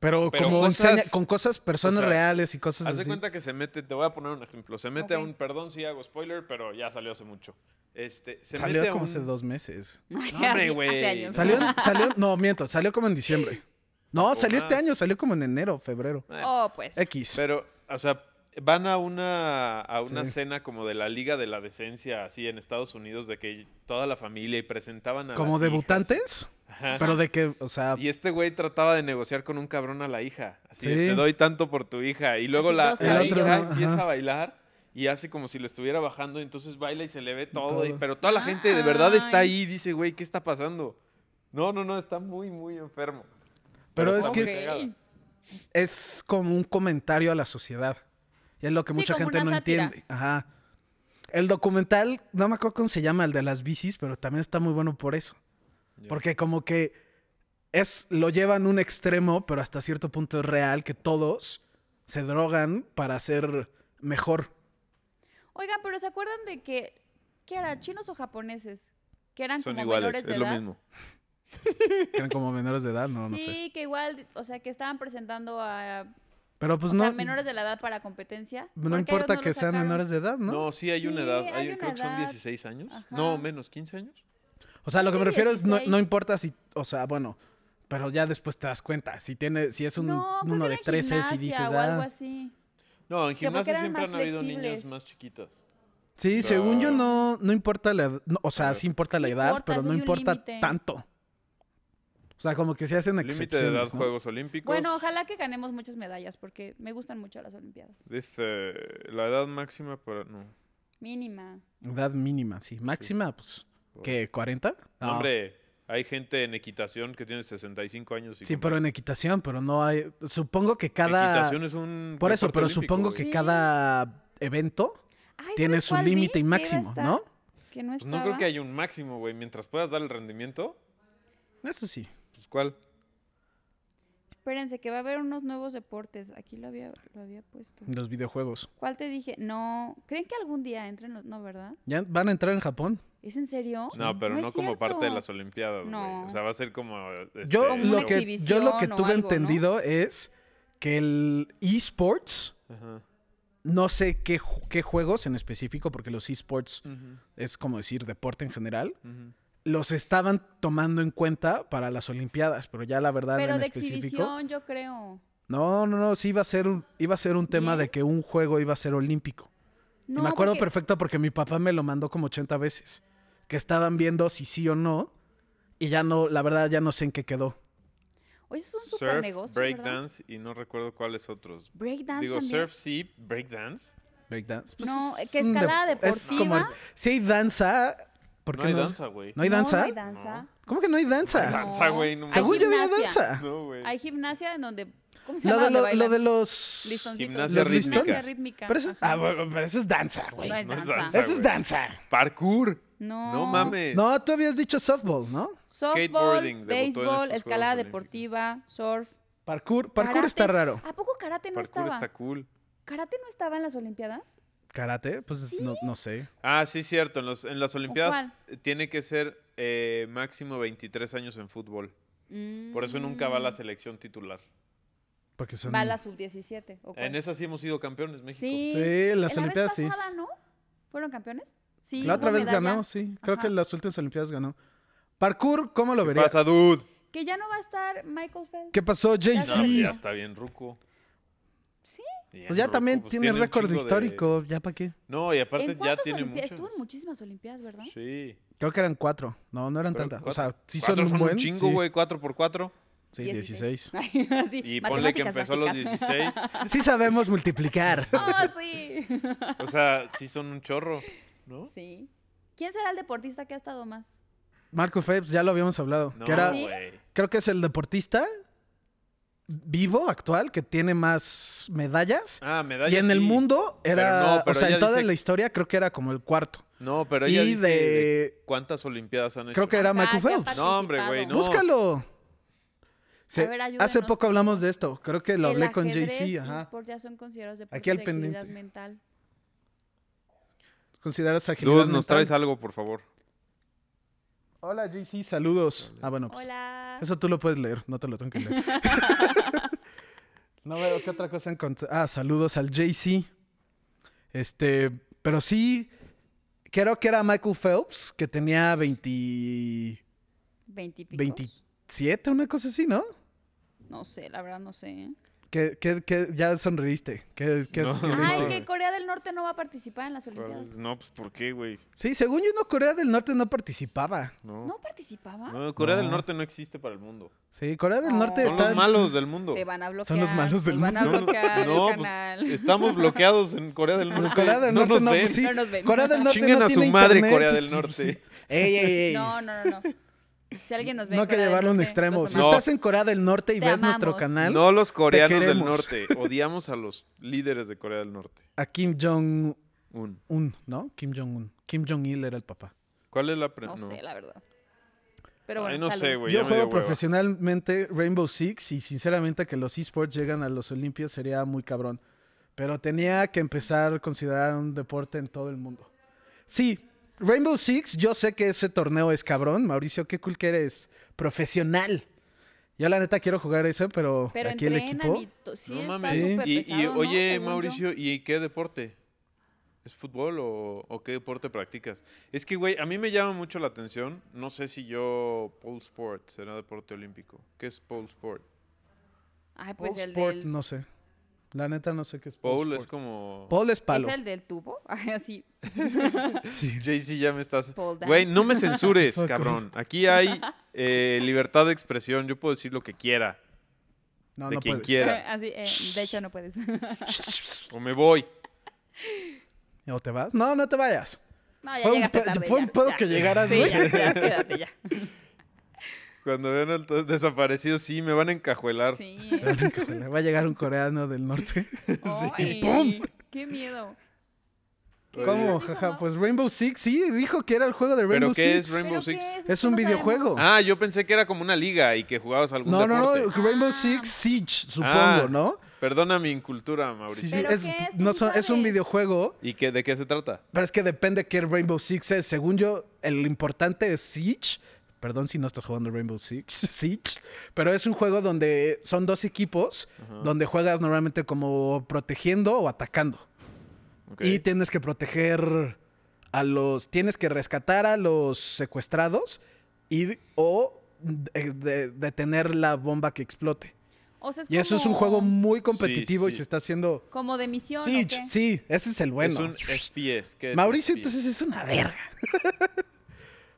Pero,
Pero
como
cosas-
enseña- con cosas, personas
o sea,
reales y cosas
Haz
así.
de cuenta que se mete, te voy a poner un ejemplo. Se mete
Ok.
a un, perdón si hago spoiler, pero ya salió hace mucho. Este, se
salió
mete a
como
un-
hace dos meses.
Hace-
güey.
Hace años.
Salió, en- salió, no, miento, salió como en diciembre. No,
O
salió este
más.
año, salió como en enero, febrero.
Eh,
Oh, pues.
X.
Pero, o sea, van a una, a una
Sí.
cena como de la Liga de la Decencia, así en Estados Unidos, de que toda la familia y presentaban a
Como
las hijas.
debutantes,
Ajá.
pero de que, o sea,
Y este güey trataba de negociar con un cabrón a la hija. Así, de,
Sí.
te doy tanto por tu hija. Y luego
Así,
la,
dos
la
tabillos.
hija
Ajá.
empieza a bailar y hace como si le estuviera bajando. y entonces baila y se le ve todo. y-
Todo.
pero toda la gente de verdad está
Ay.
ahí y dice, güey, ¿qué está pasando? No, no, no, está muy, muy enfermo.
pero es
está
que
muy
es,
Ok.
cagada.
es como un comentario a la sociedad. Y es lo que
Sí,
mucha
como
gente
una
no
sátira.
entiende. Ajá. El documental, no me acuerdo cómo se llama, el de las bicis, pero también está muy bueno por eso.
Ya.
Porque como que es, lo llevan a un extremo, pero hasta cierto punto es real que todos se drogan para ser mejor.
Oigan, pero ¿se acuerdan de que. ¿Qué era? ¿Chinos o japoneses? Que eran
Son
como
iguales,
menores de
es lo
edad.
mismo.
Que eran como menores de edad, no, no
sí,
sé.
que igual, o sea, que estaban presentando a
Pero pues
o
no,
sea, menores de la edad para competencia.
no importa que sean menores de edad, ¿no?
No, sí hay una
Sí,
edad.
hay
hay-
una
creo que son
edad.
16 años.
Ajá.
No, menos, 15 años.
O sea, lo que me
Sí,
refiero es, no,
16.
no importa si, o sea, bueno, pero ya después te das cuenta. Si tiene, si es un, uno de 13 y dices,
pues O algo
ah.
así.
No, en
Que porque
gimnasia
eran
siempre
más
han habido niñas
flexibles.
más chiquitas.
Sí, según yo
No.
no, no importa la edad. no, o sea,
Claro.
sí importa la
Sí
edad,
importa,
pero
sí
no
hay un
importa
límite.
tanto. O sea, como que se hacen
Límite de edad,
excepciones, ¿no?
Juegos Olímpicos.
Bueno, ojalá que ganemos muchas medallas porque me gustan mucho las Olimpiadas.
Dice, la edad máxima para... No.
Mínima.
Edad mínima, sí. Máxima, pues, ¿qué? ¿40? No.
Hombre, hay gente en equitación que tiene 65 años. Y
Sí,
con-
pero en equitación, pero no hay... Supongo que cada...
Equitación es un...
Por eso,
deporte
pero
olímpico,
supongo que
güey.
Sí.
cada evento
Ay, ¿sabes
tiene su
cuál vi?
límite y
Que iba a
máximo,
estar,
¿no?
Que no
Pues
estaba.
no creo que haya un máximo, güey. Mientras puedas dar el rendimiento,
Eso sí.
pues ¿cuál?
Espérense, que va a haber unos nuevos deportes. Aquí lo había, lo había puesto.
Los videojuegos.
¿Cuál te dije? No. ¿Creen que algún día entren los.? No, ¿verdad?
¿Ya van a entrar en Japón?
¿Es en serio?
No, pero no,
Pues es
como parte de
cierto.
las Olimpiadas, güey.
No.
O sea, va a ser como... este,
yo,
Como una
lo que, yo lo que
exhibición o
tuve
algo, ¿no?
entendido es que el esports,
Ajá.
no sé qué, ju- qué juegos en específico, porque los esports
Ujú,
es como decir deporte en general,
ujú.
los estaban tomando en cuenta para las Olimpiadas, pero ya la verdad
Pero
en
de
específico.
exhibición, yo creo.
No, no, no, sí iba a ser un, iba a ser un tema de
Bien.
que un juego iba a ser olímpico. Y
No,
me acuerdo
porque-
perfecto porque mi papá me lo mandó como 80 veces. Que estaban viendo si sí o no. Y ya no, la verdad, ya no sé en qué quedó.
Oye, es un super
Surf,
negocio. ¿verdad?
breakdance y no recuerdo cuáles otros.
Breakdance
Digo,
también.
surf sí, breakdance.
Breakdance.
No, que
un
escalada
dep- es como-
deportiva.
si hay danza, ¿por
No
qué
hay
no?
danza, güey.
¿No hay danza?
No, hay danza.
¿Cómo que no hay danza?
No. Danza, güey, no
Hay
Según yo había
gimnasia.
danza.
No, güey.
Hay gimnasia en donde. ¿Cómo se
Lo
llama?
de, lo-
donde
lo de
bailan?
los...
Listoncitos.
Gimnasia
Los rítmica.
Gimnasia
listones.
rítmica.
Pero eso es,
Ajá.
ah, bueno, pero eso es danza, güey.
No es
No es
danza.
danza.
Eso es
güey.
danza.
Parkour.
No.
No mames.
No, tú habías dicho softball, ¿no?
Skateboarding
Softball,
debutó en estos
béisbol,
Juegos
escalada
Olímpicos.
deportiva, surf.
Parkour, parkour
karate.
está raro.
¿A poco karate no
Parkour
estaba?
está cool.
¿Karate no estaba en las Olimpiadas?
Karate, pues no, no sé.
Ah, sí, cierto. En, los- en las Olimpiadas
cuál?
eh, tiene que ser eh, máximo 23 años en fútbol. Por eso nunca va la
Mm.
selección titular.
Porque son...
Va a la sub-17. ¿o cuál?
En esa sí hemos sido campeones, México.
Sí.
Sí, las
la
Olimpiadas sí.
vez pasada, ¿no? ¿Fueron campeones? Sí.
La otra
hubo
vez
medalla.
ganó, sí. Creo que
Ajá.
en las últimas Olimpiadas ganó. Parkour, ¿cómo lo
¿Qué
verías?
pasa, dude?
Que ya no va a estar Michael Phelps.
¿Qué pasó,
Ya
Jay-Z?
No,
Sí.
ya está bien ruco.
Sí.
Bien
Pues ya
ruco,
también
pues
tiene
un
récord
chingo de-
histórico, ¿ya para qué?
No, y aparte
¿En
ya
cuántas
tiene
Olimpiadas?
muchos.
Estuvo en muchísimas Olimpiadas, ¿verdad?
Sí.
Creo que eran cuatro. No, no eran
Creo que
tantas. O
cuatro.
sea, sí son
Cuatro
un
son
buen.
un chingo,
sí.
güey. 4 por 4
Sí, 16.
sí,
Y ponle que
matemáticas
empezó a los
básicas.
16.
Sí sabemos multiplicar.
¡Oh, sí!
O sea, sí son un chorro, ¿no?
Sí. ¿Quién será el deportista que ha estado más?
Marco Phelps, ya lo habíamos hablado.
No,
que era,
¿Sí?
güey.
creo que es el deportista vivo actual que tiene más medallas.
Ah, medalla
y en el
sí.
mundo
Pero no,
era, o
pero
sea, en
ella
toda
dice-
la historia creo que era como el cuarto.
No, pero
Y
ella dice de...
de-
cuántas olimpiadas han hecho.
Creo que era
Ajá,
Michael
que ha
Phelps.
participado.
No, hombre, güey, no.
Búscalo. Se-
ver, ayúdenos,
hace poco
por
hablamos de esto. Creo que lo
El
hablé con
ajedrez pues.
JC.
y
Ajá.
los por ya son considerados deportes
Aquí al
de actividad
pendiente.
mental.
Consideras agilidad.
Dudes, nos
mental?
traes algo, por favor.
Hola, JC, saludos. Ah, bueno, pues.
Hola.
Eso tú lo puedes leer, no te lo tengo que leer. no veo qué otra cosa encontré. Ah, saludos al JC. Este, pero sí, creo que era Michael Phelps, que tenía 20
¿Veintipico?
27, una cosa así, ¿no?
No sé, la verdad no sé. ¿eh?
Que, que, que ya sonreíste. Que, que-
No.
que
Qué
Ay,
leíste.
triste.
que Corea del Norte no va a participar en las Olimpiadas.
No, pues ¿por qué, güey?
Sí, según yo, no, Corea del Norte no participaba.
No.
¿No ¿ah? participaba?
No, Corea
No.
del Norte no existe para el mundo.
Sí, Corea del Norte
No.
Son
está.
los malos del mundo.
Te van a bloquear.
Son los malos del
nos van a
mundo. Son-
bloquear
No,
el
pues,
canal.
Estamos bloqueados en Corea del Norte.
Corea del
no
Norte
nos
no,
ven.
sí.
No nos ven.
Corea del Norte
Chingan
no
a
tiene
su madre,
internet,
Corea del
sí,
Norte.
sí. Ey, ey, ey.
No, no, no, no. Si alguien nos ve.
No
en
que
Corea del
llevarlo a un
Norte,
extremo.
los
Si
No.
amamos.
estás en Corea del Norte y
Te
ves nuestro
amamos.
canal,
No los coreanos del
queremos.
norte. Odiamos a los líderes de Corea del Norte.
a Kim Jong-un,
Un.
¿no? Kim Jong-un. Kim Jong-il era el papá.
¿Cuál es la pre-
No
no.
sé, la verdad. Pero bueno,
Ay, no sé,
saludos.
güey. ya
Yo
me
juego
dio hueva.
profesionalmente Rainbow Six y sinceramente que los esports llegan a los Olimpios sería muy cabrón. Pero tenía que empezar a considerar un deporte en todo el mundo. Sí, Rainbow Six, yo sé que ese torneo es cabrón. Mauricio, qué cool que eres profesional. Yo la neta quiero jugar ese, pero,
Pero
aquí el
entrenan
equipo...
y to- sí
No
está
mames.
Sí.
súper
Y, y,
pesado, ¿no?
oye,
Según yo.
Mauricio, ¿y qué deporte? ¿Es fútbol o, o qué deporte practicas? Es que, güey, a mí me llama mucho la atención. No sé si yo. Pole sport será deporte olímpico. ¿Qué es pole sport?
Ay, pues
Pole
el
sport,
del...
no sé. La neta no sé qué es
Pole es
sport.
como.
Pole es palo.
¿Es el del tubo? Ay, Así.
Sí.
Jay-Z, ya me estás.
Pole dance.
Güey, no me censures,
Fuck off.
cabrón. Aquí hay eh, libertad de expresión. Yo puedo decir lo que quiera.
No,
de
no
quien
puedes.
quiera.
Así, eh, de hecho, no puedes.
O me voy.
¿O te vas? No, no te vayas.
No, ya
Fue un
llegaste
pe-
tarde.
fue un
ya,
pedo
ya.
que llegaras,
Sí,
güey.
ya, ya, quédate ya.
Cuando vean al to- desaparecido, sí, me van a encajuelar.
Sí.
Híjole, Va a llegar un coreano del norte.
Ay,
¡Pum!
¡Qué miedo! ¿Qué
¿Cómo?
dijo,
Jaja,
Mau?
pues Rainbow Six, sí, dijo que era el juego de
¿Pero
Rainbow
qué
Six.
es Rainbow
¿Pero
Six?
qué Es,
Es
Eso
un
no sabemos.
videojuego.
Ah, yo pensé que era como una liga y que jugabas algún
No, no,
deporte.
no, Rainbow
Ah.
Six Siege, supongo,
Ah,
¿no?
Perdona mi incultura, Mauricio.
Sí, sí,
¿Pero
es,
qué es? ¿Tú
no
sí
son- es un
sabes?
videojuego,
¿Y qué, de qué se trata?
pero es que depende qué Rainbow Six es. Según yo, el importante es Siege. Perdón si no estás jugando Rainbow Six, Siege. Pero es un juego donde son dos equipos, donde juegas normalmente como protegiendo o atacando.
Ok.
Y tienes que proteger a los. Tienes que rescatar a los secuestrados y o de- de- detener la bomba que explote.
O sea, es
Y eso es un
como-
juego muy competitivo y
sí.
se está haciendo.
Como de misión.
Sí,
¿o qué?
sí, ese es el bueno.
Es un FPS. ¿qué es
Mauricio,
FPS?
entonces es una verga.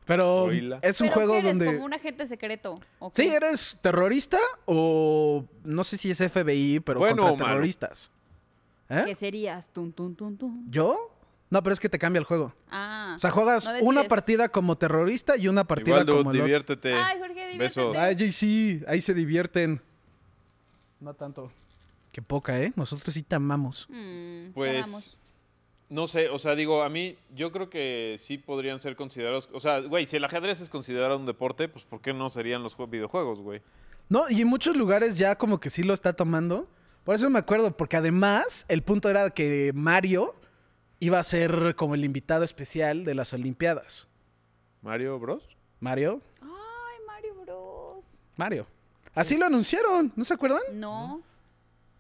Pero
Oíla.
es un
¿Pero
juego
qué eres,
donde.
como un agente secreto. ¿o
Sí,
qué?
eres terrorista o no sé si es FBI, pero
Bueno o
contra
malo.
terroristas. ¿Eh?
¿Qué serías? Tun, tun, tun, tun.
¿Yo? No, pero es que te cambia el juego.
Ah.
O sea, juegas
No
una
decides.
partida como terrorista y una partida
Igual, dude,
como el otro.
diviértete.
Ay, Jorge, diviértete.
Eh, Besos.
Ay, y sí, ahí se divierten. No tanto. Qué poca, ¿eh? Nosotros sí te amamos.
Mm, te
Pues
amamos.
no sé, o sea, digo, a mí yo creo que sí podrían ser considerados, o sea, güey, si el ajedrez es considerado un deporte, pues ¿por qué no serían los jue- videojuegos, güey?
No, y en muchos lugares ya como que sí lo está tomando. Por eso me acuerdo, porque además el punto era que Mario iba a ser como el invitado especial de las Olimpiadas.
Mario Bros.
Mario,
Ay, Mario Bros.
Mario. Así lo anunciaron, ¿no se acuerdan?
No.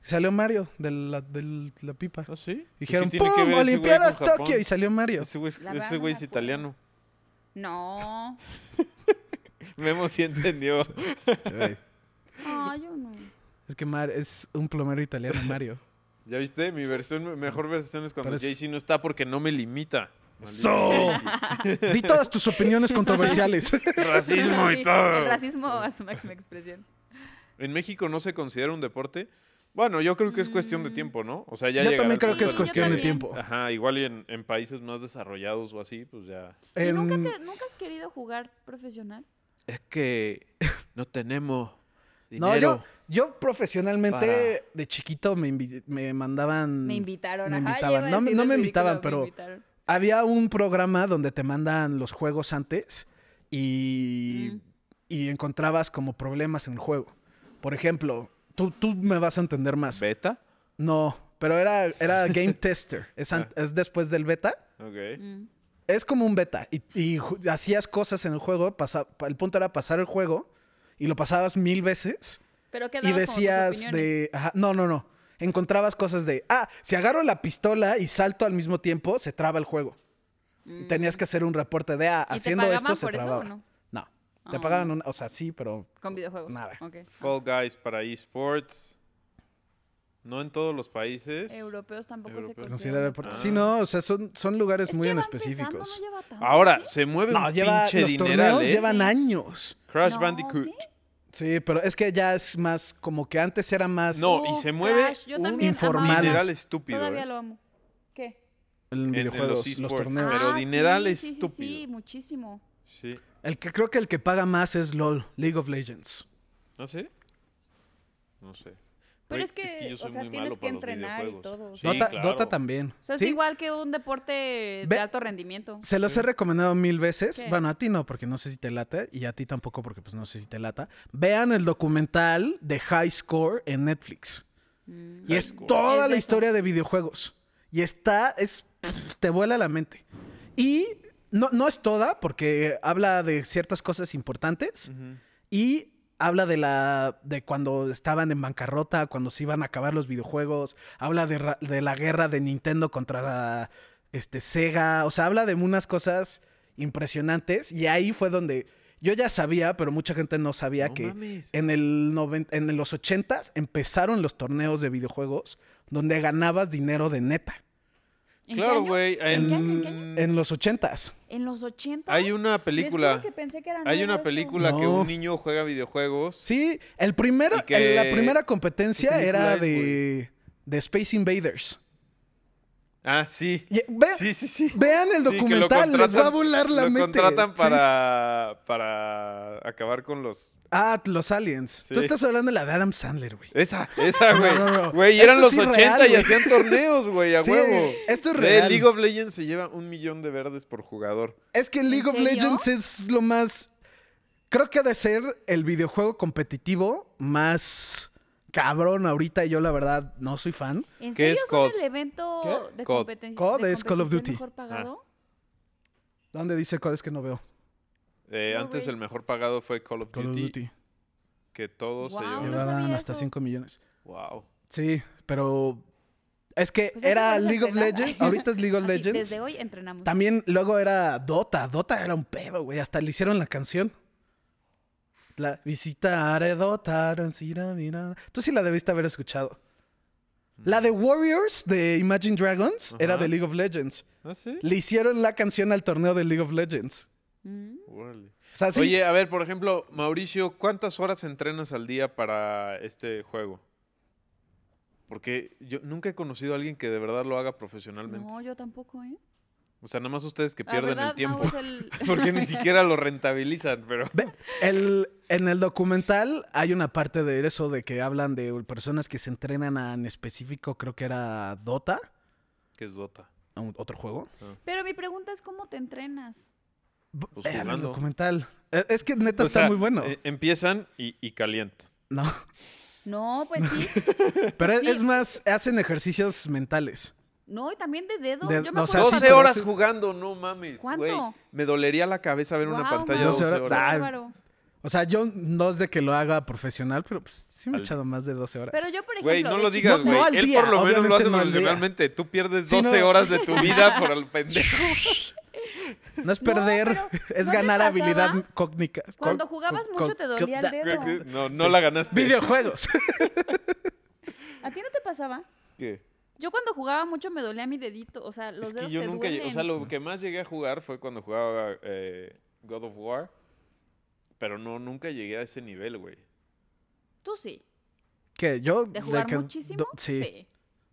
Salió Mario de la, de la pipa.
¿Ah, sí?
Dijeron,
¿Y qué tiene que
¡pum!
ver ese güey
Olimpiadas
con Japón?
Tokio. Y salió Mario.
Ese güey, es-
La verdad
ese güey
no
es
me acuerdo.
italiano.
No.
Memo sí entendió.
Ay, yo no.
Es que Mar es un plomero italiano, Mario.
¿Ya viste? Mi versión, mi mejor versión es cuando
Pero es-
Jay-Z no está porque no me limita. Maldito
¡So!
Jay-Z.
Di todas tus opiniones controversiales.
Racismo y
Sí,
todo.
El racismo a su máxima expresión.
¿En México no se considera un deporte? Bueno, yo creo que es cuestión de
Mm.
tiempo, ¿no? O sea, ya
yo
llegará
también
el
creo que
punto
es
en
Sí,
cuestión
el
de
también.
tiempo.
Ajá, igual y en, en países más desarrollados o así, pues ya.
¿Y nunca,
Em,
te- nunca has querido jugar profesional?
Es que no tenemos
no, yo, yo profesionalmente de chiquito me, invi- me mandaban.
Me invitaron.
Mm, me
ajá,
invitaban.
yo iba a
No me-
decir
no
el
me invitaban,
ridículo,
pero-
me invitaron.
Había un programa donde te mandan los juegos antes y,
Mm.
y encontrabas como problemas en el juego. Por ejemplo, tú, tú me vas a entender más.
¿Beta?
Ah.
No, pero era, era Game Tester. Es, an- es después del beta.
Ok.
Mm.
Es como un beta. Y, y ju- hacías cosas en el juego. pasa- pa- el punto era pasar el juego. Y lo pasabas mil veces.
Pero
Y
quedabas
decías de. ajá, no, no, no. Encontrabas cosas de. Ah, si agarro la pistola y salto al mismo tiempo, se traba el juego. Y Tenías que hacer un reporte de. Ah,
Mm. ¿Y te
haciendo esto
pagaban
se
por eso o
trababa.
no?
No. Te
Ah.
pagaban una. O sea, sí, pero.
Con videojuegos.
Nada.
Ok.
Fall Guys para esports. No en todos los países.
Europeos tampoco se
Considera
Europeos.
consideran. Ah.
deporte.
Ah.
Sí, no, o sea, son, son lugares muy en
No
específicos.
lleva tanto,
Ahora,
¿sí?
se mueve
No,
un
lleva.
pinche
Los
dineral,
torneos
¿eh?
llevan
Sí.
años.
Crash
No,
Bandicoot.
¿sí?
Sí, pero es que ya es más. Como que antes era más.
No, y
Uf,
se mueve
Crash, yo
un
también
informal.
amaba
dineral
Crash.
estúpido,
Todavía
eh.
lo amo. ¿Qué? Ah,
En
en los
videojuegos, los,
esports.
torneos.
Pero
sí,
dineral
sí, sí,
estúpido.
Sí, muchísimo.
Sí.
El que creo que el que paga más es LOL, League of Legends.
¿No sé? No sé.
Pero
Güey,
es que,
yo
o
soy
sea,
muy
tienes
malo
que
para los
entrenar y
videojuegos.
todo, o
Sí,
sea.
Dota,
claro.
Dota también.
O sea, es
¿Sí?
igual que un deporte
Ve-
de alto rendimiento.
Se los he recomendado mil veces.
¿Qué?
Bueno, a ti no, porque no sé si te lata. Y a ti tampoco, porque pues no sé si te lata. Vean el documental de High Score en Netflix.
Mm.
Y
High
es
Score.
toda
Es de
la
eso.
historia de videojuegos. Y está, es, pff, te vuela la mente. Y no, no es toda, porque habla de ciertas cosas importantes.
Ujú.
Y habla de la de cuando estaban en bancarrota, cuando se iban a acabar los videojuegos, habla de, ra- de la guerra de Nintendo contra este Sega, o sea, habla de unas cosas impresionantes y ahí fue donde yo ya sabía, pero mucha gente no sabía
No
que
mames.
en el noven- en los 80s empezaron los torneos de videojuegos donde ganabas dinero de neta.
¿En qué
Claro,
año?
güey.
¿En qué año? ¿En qué año?
en-
En los 80s.
En los 80.
Hay una película.
Que pensé que ¿eh? era
Hay
nuevo
una
eso.
película que
No.
un niño juega videojuegos.
Sí, el primero,
Y que-
la primera
¿Qué
competencia
película
era
es,
de, de Space Invaders.
Ah, sí.
Y- ve-
Sí, sí, sí.
Vean el
Sí, que lo
documental, les va a
contratan-
volar la
Lo
mente.
contratan
Sí.
para, para acabar con los...
Ah, los aliens. Tú
Sí.
estás hablando de la de Adam Sandler, güey.
Esa, esa, güey.
no, no.
Güey, eran
Esto
los
es irreal,
80 y
güey.
hacían torneos, güey, a
Sí,
huevo.
Esto es
Ve,
real.
League of Legends se lleva un millón de verdes por jugador.
Es que
¿En
League of
serio?
Legends es lo más. Creo que ha de ser el videojuego competitivo más cabrón ahorita. y Yo, la verdad, no soy fan.
¿En
¿Qué
serio
es
son
COD?
el evento
¿Qué?
de
COD. Ah.
competencia?
COD
de
es Call of
competición
Duty.
mejor pagado?
¿Dónde dice cuál es que no veo?
Eh,
No,
antes
güey.
el mejor pagado fue Call of
Call
Duty,
of Duty.
que todos se
Wow.
llevaron.
Ah, no
Llevaban
sabía
hasta
eso.
5 millones.
Wow.
Sí, pero. Es que
Pues hay que
era
ponerse a
League of
entrenar.
Legends. Ahorita es League of
Así,
Legends.
desde hoy entrenamos.
También luego era Dota. Dota era un pedo, güey. Hasta le hicieron la canción. La visita are Dota. Rancira, mira. Tú sí la debiste haber escuchado. La de Warriors de Imagine Dragons era
Ajá.
de League of Legends.
¿Ah, sí?
Le hicieron la canción al torneo de League of Legends.
Mm.
Órale.
O sea, ¿Ah, sí.
Oye, a ver, por ejemplo, Mauricio, ¿cuántas horas entrenas al día para este juego? Porque yo nunca he conocido a alguien que de verdad lo haga profesionalmente.
No, yo tampoco, ¿eh?
O sea, nada más ustedes que
La
pierden
verdad,
el tiempo.
Mau es el-
Porque ni siquiera lo rentabilizan, pero.
Ve, el- en el documental hay una parte de eso de que hablan de personas que se entrenan a- en específico, creo que era Dota,
Que es Dota.
a un- otro juego.
Pero mi pregunta es cómo te entrenas.
B-
Pues
vean el
jugando.
documental. Eh, Es que neta
O
está
sea,
muy bueno.
eh, empiezan y, y calientan.
No.
No, pues sí.
Pero es-
Sí.
es más, hacen ejercicios mentales.
No, y también de dedo.
De-
yo me
o sea,
acuerdo
sí,
12
pero
horas
sí-
jugando, no mames.
¿Cuánto?
güey. me dolería la cabeza ver una
Guau,
pantalla de
Mau,
12
12
horas.
horas.
qué
Ah,
bárbaro.
O sea, yo no es de que lo haga profesional, pero pues, sí me he
Al-
echado más de 12 horas.
Pero yo, por ejemplo.
Güey, no
de
lo
chiquita-
digas,
no
güey.
al
Él
día,
por lo menos lo hace
obviamente no al día.
profesionalmente. Tú pierdes
Sí,
12
no.
horas de tu vida por el pendejo.
No es
No,
perder,
pero
es
¿no te
ganar
pasaba
habilidad cógnica. co-
cuando jugabas
co-
mucho
co-
te dolía el
co-
dedo?
No, no la ganaste.
Videojuegos.
¿A ti no te pasaba?
¿Qué?
Yo cuando jugaba mucho me dolía mi dedito. O sea, los
Es que
dedos
yo
te
nunca. lle- O sea,
duelen.
lo que más llegué a jugar fue cuando jugaba eh, God of War. Pero no, nunca llegué a ese nivel, güey.
Tú sí.
que yo
¿De jugar
que-
muchísimo?
do- sí.
sí.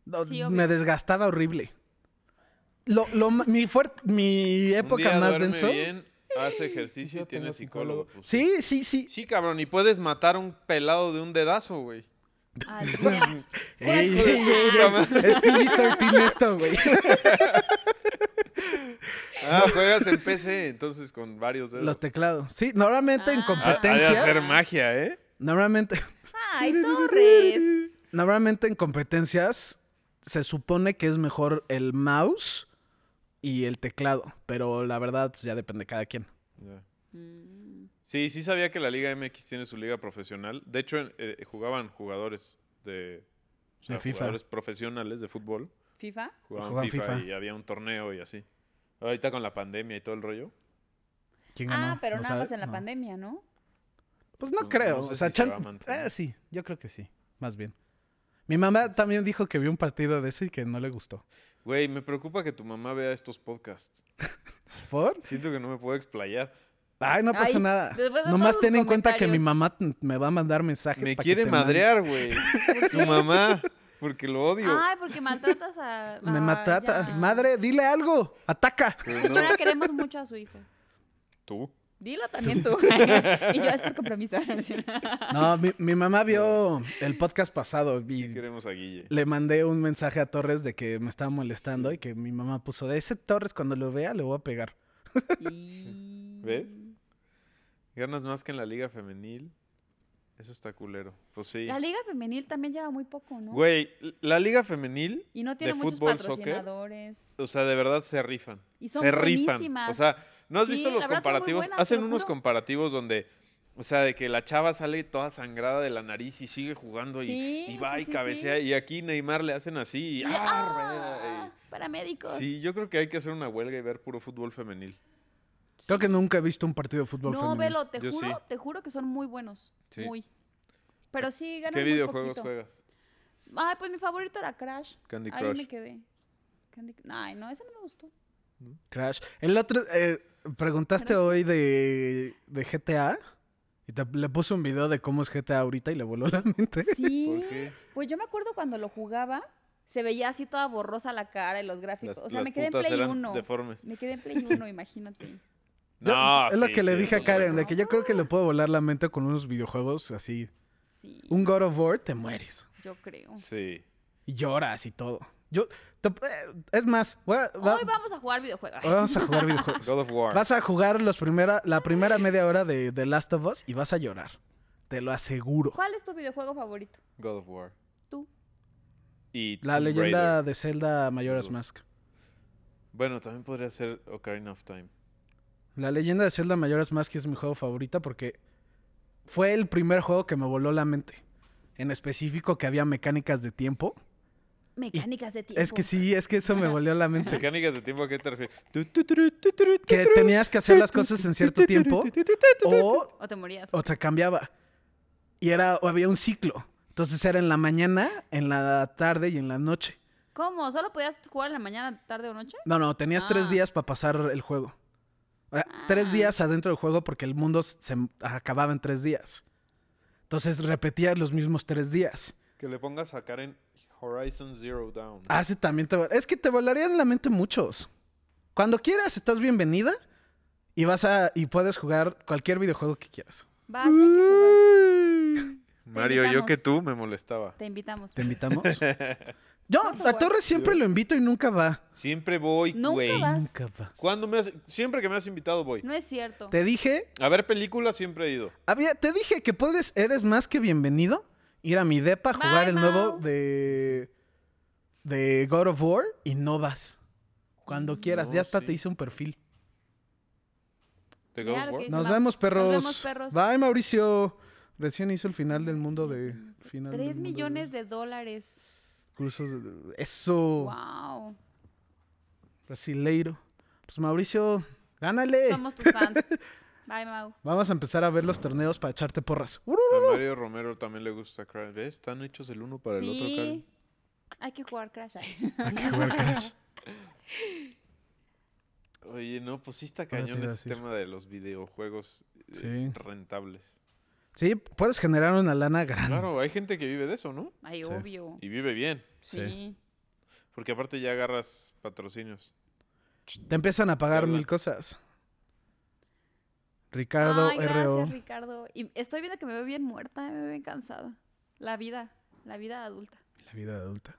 No,
Sí, obvio.
me desgastaba horrible. Lo, lo ma- mi, fuer- mi
Un
época
día
más
duerme
denso.
bien, hace ejercicio
Yo
y tiene
tengo
psicólogo. pues
Sí, sí, sí.
Sí, cabrón, y puedes matar a un pelado de un dedazo, güey.
Al día.
Ey,
Hijo de
ey, ey,
puta madre.
Es PG-13 esto, güey.
Ah, juegas en PC, entonces con varios dedos.
Los teclados. Sí, normalmente en
Ah.
Ha- ha de hacer
competencias.
magia, ¿eh?
Normalmente.
Ay, Torres.
Normalmente en competencias se supone que es mejor el mouse y el teclado. Pero la verdad, pues ya depende de cada quien.
Ya.
Mm.
Sí, sí sabía que la Liga MX tiene su liga profesional. De hecho, en- eh, jugaban jugadores de, o sea,
De FIFA.
jugadores profesionales de fútbol.
¿FIFA?
Jugaban,
Jugaban
FIFA,
FIFA.
y había un torneo y así. Ahorita con la pandemia y todo el rollo.
¿Quién
Ah,
ganó?
pero
No
nada
sabe-
más en la
no.
pandemia, ¿no?
Pues no
No-
creo.
no sé
o sea,
si se
chan-
va a mantener.
eh, sí, yo creo que sí, más bien. Mi mamá también dijo que vio un partido de ese y que no le gustó.
Güey, me preocupa que tu mamá vea estos podcasts.
¿Por?
Siento que no me puedo explayar.
Ay, no pasa
Ay,
nada.
después de
Nomás
todos
ten
los
en cuenta que mi mamá
comentarios.
t- me va a mandar mensajes.
Me
pa' que
quiere
te mande.
madrear, güey. Su mamá. Porque lo odio.
Ay, porque maltratas a...
Me
Ay,
matata.
ya.
Madre, dile algo. Ataca.
Pero no,
Señora, queremos mucho a su hijo.
tú.
Dilo también tú. y yo es por compromiso.
No, mi, mi mamá vio el podcast pasado y
Sí queremos a Guille.
le mandé un mensaje a Torres de que me estaba molestando y que mi mamá puso de ese Torres cuando lo vea le voy a pegar.
Y-
¿Ves? Ganas más que en la liga femenil. Eso está culero. Pues sí.
La liga femenil también lleva muy poco, ¿no?
Güey, la liga femenil,
y no tiene
de
muchos
fútbol, soccer.
patrocinadores.
o sea, de verdad se rifan.
Y son
se rifan.
buenísimas.
O sea, ¿no has
Sí,
visto los
la verdad son muy
comparativos?
buenas, te
Hacen
lo
unos
juro.
comparativos donde, o sea, de que la chava sale toda sangrada de la nariz y sigue jugando y-
Sí,
y, va
sí,
y
sí,
cabecea. Y aquí Neymar le hacen así y
Y-
¡ah!
¡Ah! Para médicos.
Sí, yo creo que hay que hacer una huelga y ver puro fútbol femenil.
Creo que nunca he visto un partido de fútbol
No,
femenino.
velo, te
Yo
juro,
sí.
te juro que son muy buenos.
Sí.
Muy. Pero sí ganan
¿Qué
muy
videojuegos
poquito.
juegas?
Ay, pues mi favorito era Crash.
Candy
Ahí
Crush.
me quedé. Candy... Ay, no, ese no me gustó.
Crash. El otro, eh, preguntaste
Crash.
hoy de, de GTA y te- le puse un video de cómo es GTA ahorita y le voló la mente.
Sí.
¿Por qué?
Pues yo me acuerdo cuando lo jugaba, se veía así toda borrosa la cara y los gráficos.
Las,
o sea,
las
me quedé en
putas
Play
eran
1.
deformes.
Me quedé en Play 1, imagínate.
Yo-
No,
es lo
sí,
que le
sí,
dije a
no,
Karen,
no.
de que yo creo que le puedo volar la mente con unos videojuegos así.
Sí,
Un God of War, te mueres.
yo creo.
Sí.
Y lloras y todo. Yo, te- eh, es más, voy a- va- Ah.
Hoy vamos a jugar videojuegos.
hoy vamos a jugar
Ah,
videojuegos.
God of War.
Vas a jugar los primera, la primera media hora de The Last of Us y vas a llorar. Te lo aseguro.
¿Cuál es tu videojuego favorito?
God of War.
Tú.
Y
La
Tomb
leyenda
Raider.
de Zelda Majora's
Los dos.
Mask.
Bueno, también podría ser Ocarina of Time.
La leyenda de Zelda Majora's Mask es mi juego favorito porque fue el primer juego que me voló la mente. En específico que había mecánicas de tiempo.
Mecánicas de tiempo.
Es que sí, es que eso me voló la mente.
Mecánicas de tiempo, ¿a qué te refieres?
Ah. que tenías que hacer las cosas en cierto tiempo o,
O te morías.
o te cambiaba. Y era, o había un ciclo. Entonces era en la mañana, en la tarde y en la noche.
¿Cómo? ¿Solo podías jugar en la mañana, tarde o noche?
No, no, tenías tres
Ah.
días para pasar el juego. O sea, Tres
Ah.
días adentro del juego porque el mundo s- se m- acababa en tres días. Entonces repetías los mismos tres días.
Que le pongas a Karen Horizon Zero Down.
Ah, sí, también te va- Es que te volarían la mente muchos. Cuando quieras, estás bienvenida y vas a. y puedes jugar cualquier videojuego que quieras.
Vas, hay
Mm.
que jugar.
Mario, yo
invitamos.
que tú me molestaba.
Te invitamos.
¿Te invitamos? Yo
Vamos a
a
jugar.
Torres siempre lo invito y nunca va.
Siempre voy,
Nunca
güey.
vas.
Nunca va.
Cuando me has- Siempre que me has invitado voy.
No es cierto.
Te dije
A ver películas siempre he ido.
Había- te dije que puedes, eres más que bienvenido, ir a mi depa a
Bye,
jugar el nuevo
Mau.
de, de God of War y no vas. Cuando quieras,
No,
ya hasta
sí.
te hice un perfil.
¿Te
Mira lo que dice.
Nos
Mau.
vemos,
Nos
perros.
vemos, perros.
Bye, Mauricio. Recién hizo el final del mundo de... Final
Tres millones de dólares.
Cursos de- Eso.
Wow.
Brasileiro. Pues Mauricio, gánale.
Somos tus fans. Bye, Mau.
Vamos a empezar a ver los torneos para echarte porras. ¡Uru!
A Mario Romero también le gusta Crash. ¿Ves? Están hechos el uno para el otro, Karen.
sí. Hay que jugar Crash.
Ah,
Hay que jugar Crash.
Oye, no, pues sí está
te iba a
cañón ese
decir.
tema de los videojuegos eh,
Ah, Sí.
rentables.
Sí, puedes generar una lana grande.
Claro, hay gente que vive de eso, ¿no?
Ay,
Sí.
obvio.
Y vive bien.
Sí.
Sí.
Porque aparte ya agarras patrocinios.
Te empiezan a pagar
Carla.
mil cosas. Ricardo
Ay, gracias,
R.O.
Ricardo. Y estoy viendo que me veo bien muerta, me veo bien cansada. La vida, la vida adulta.
La vida adulta.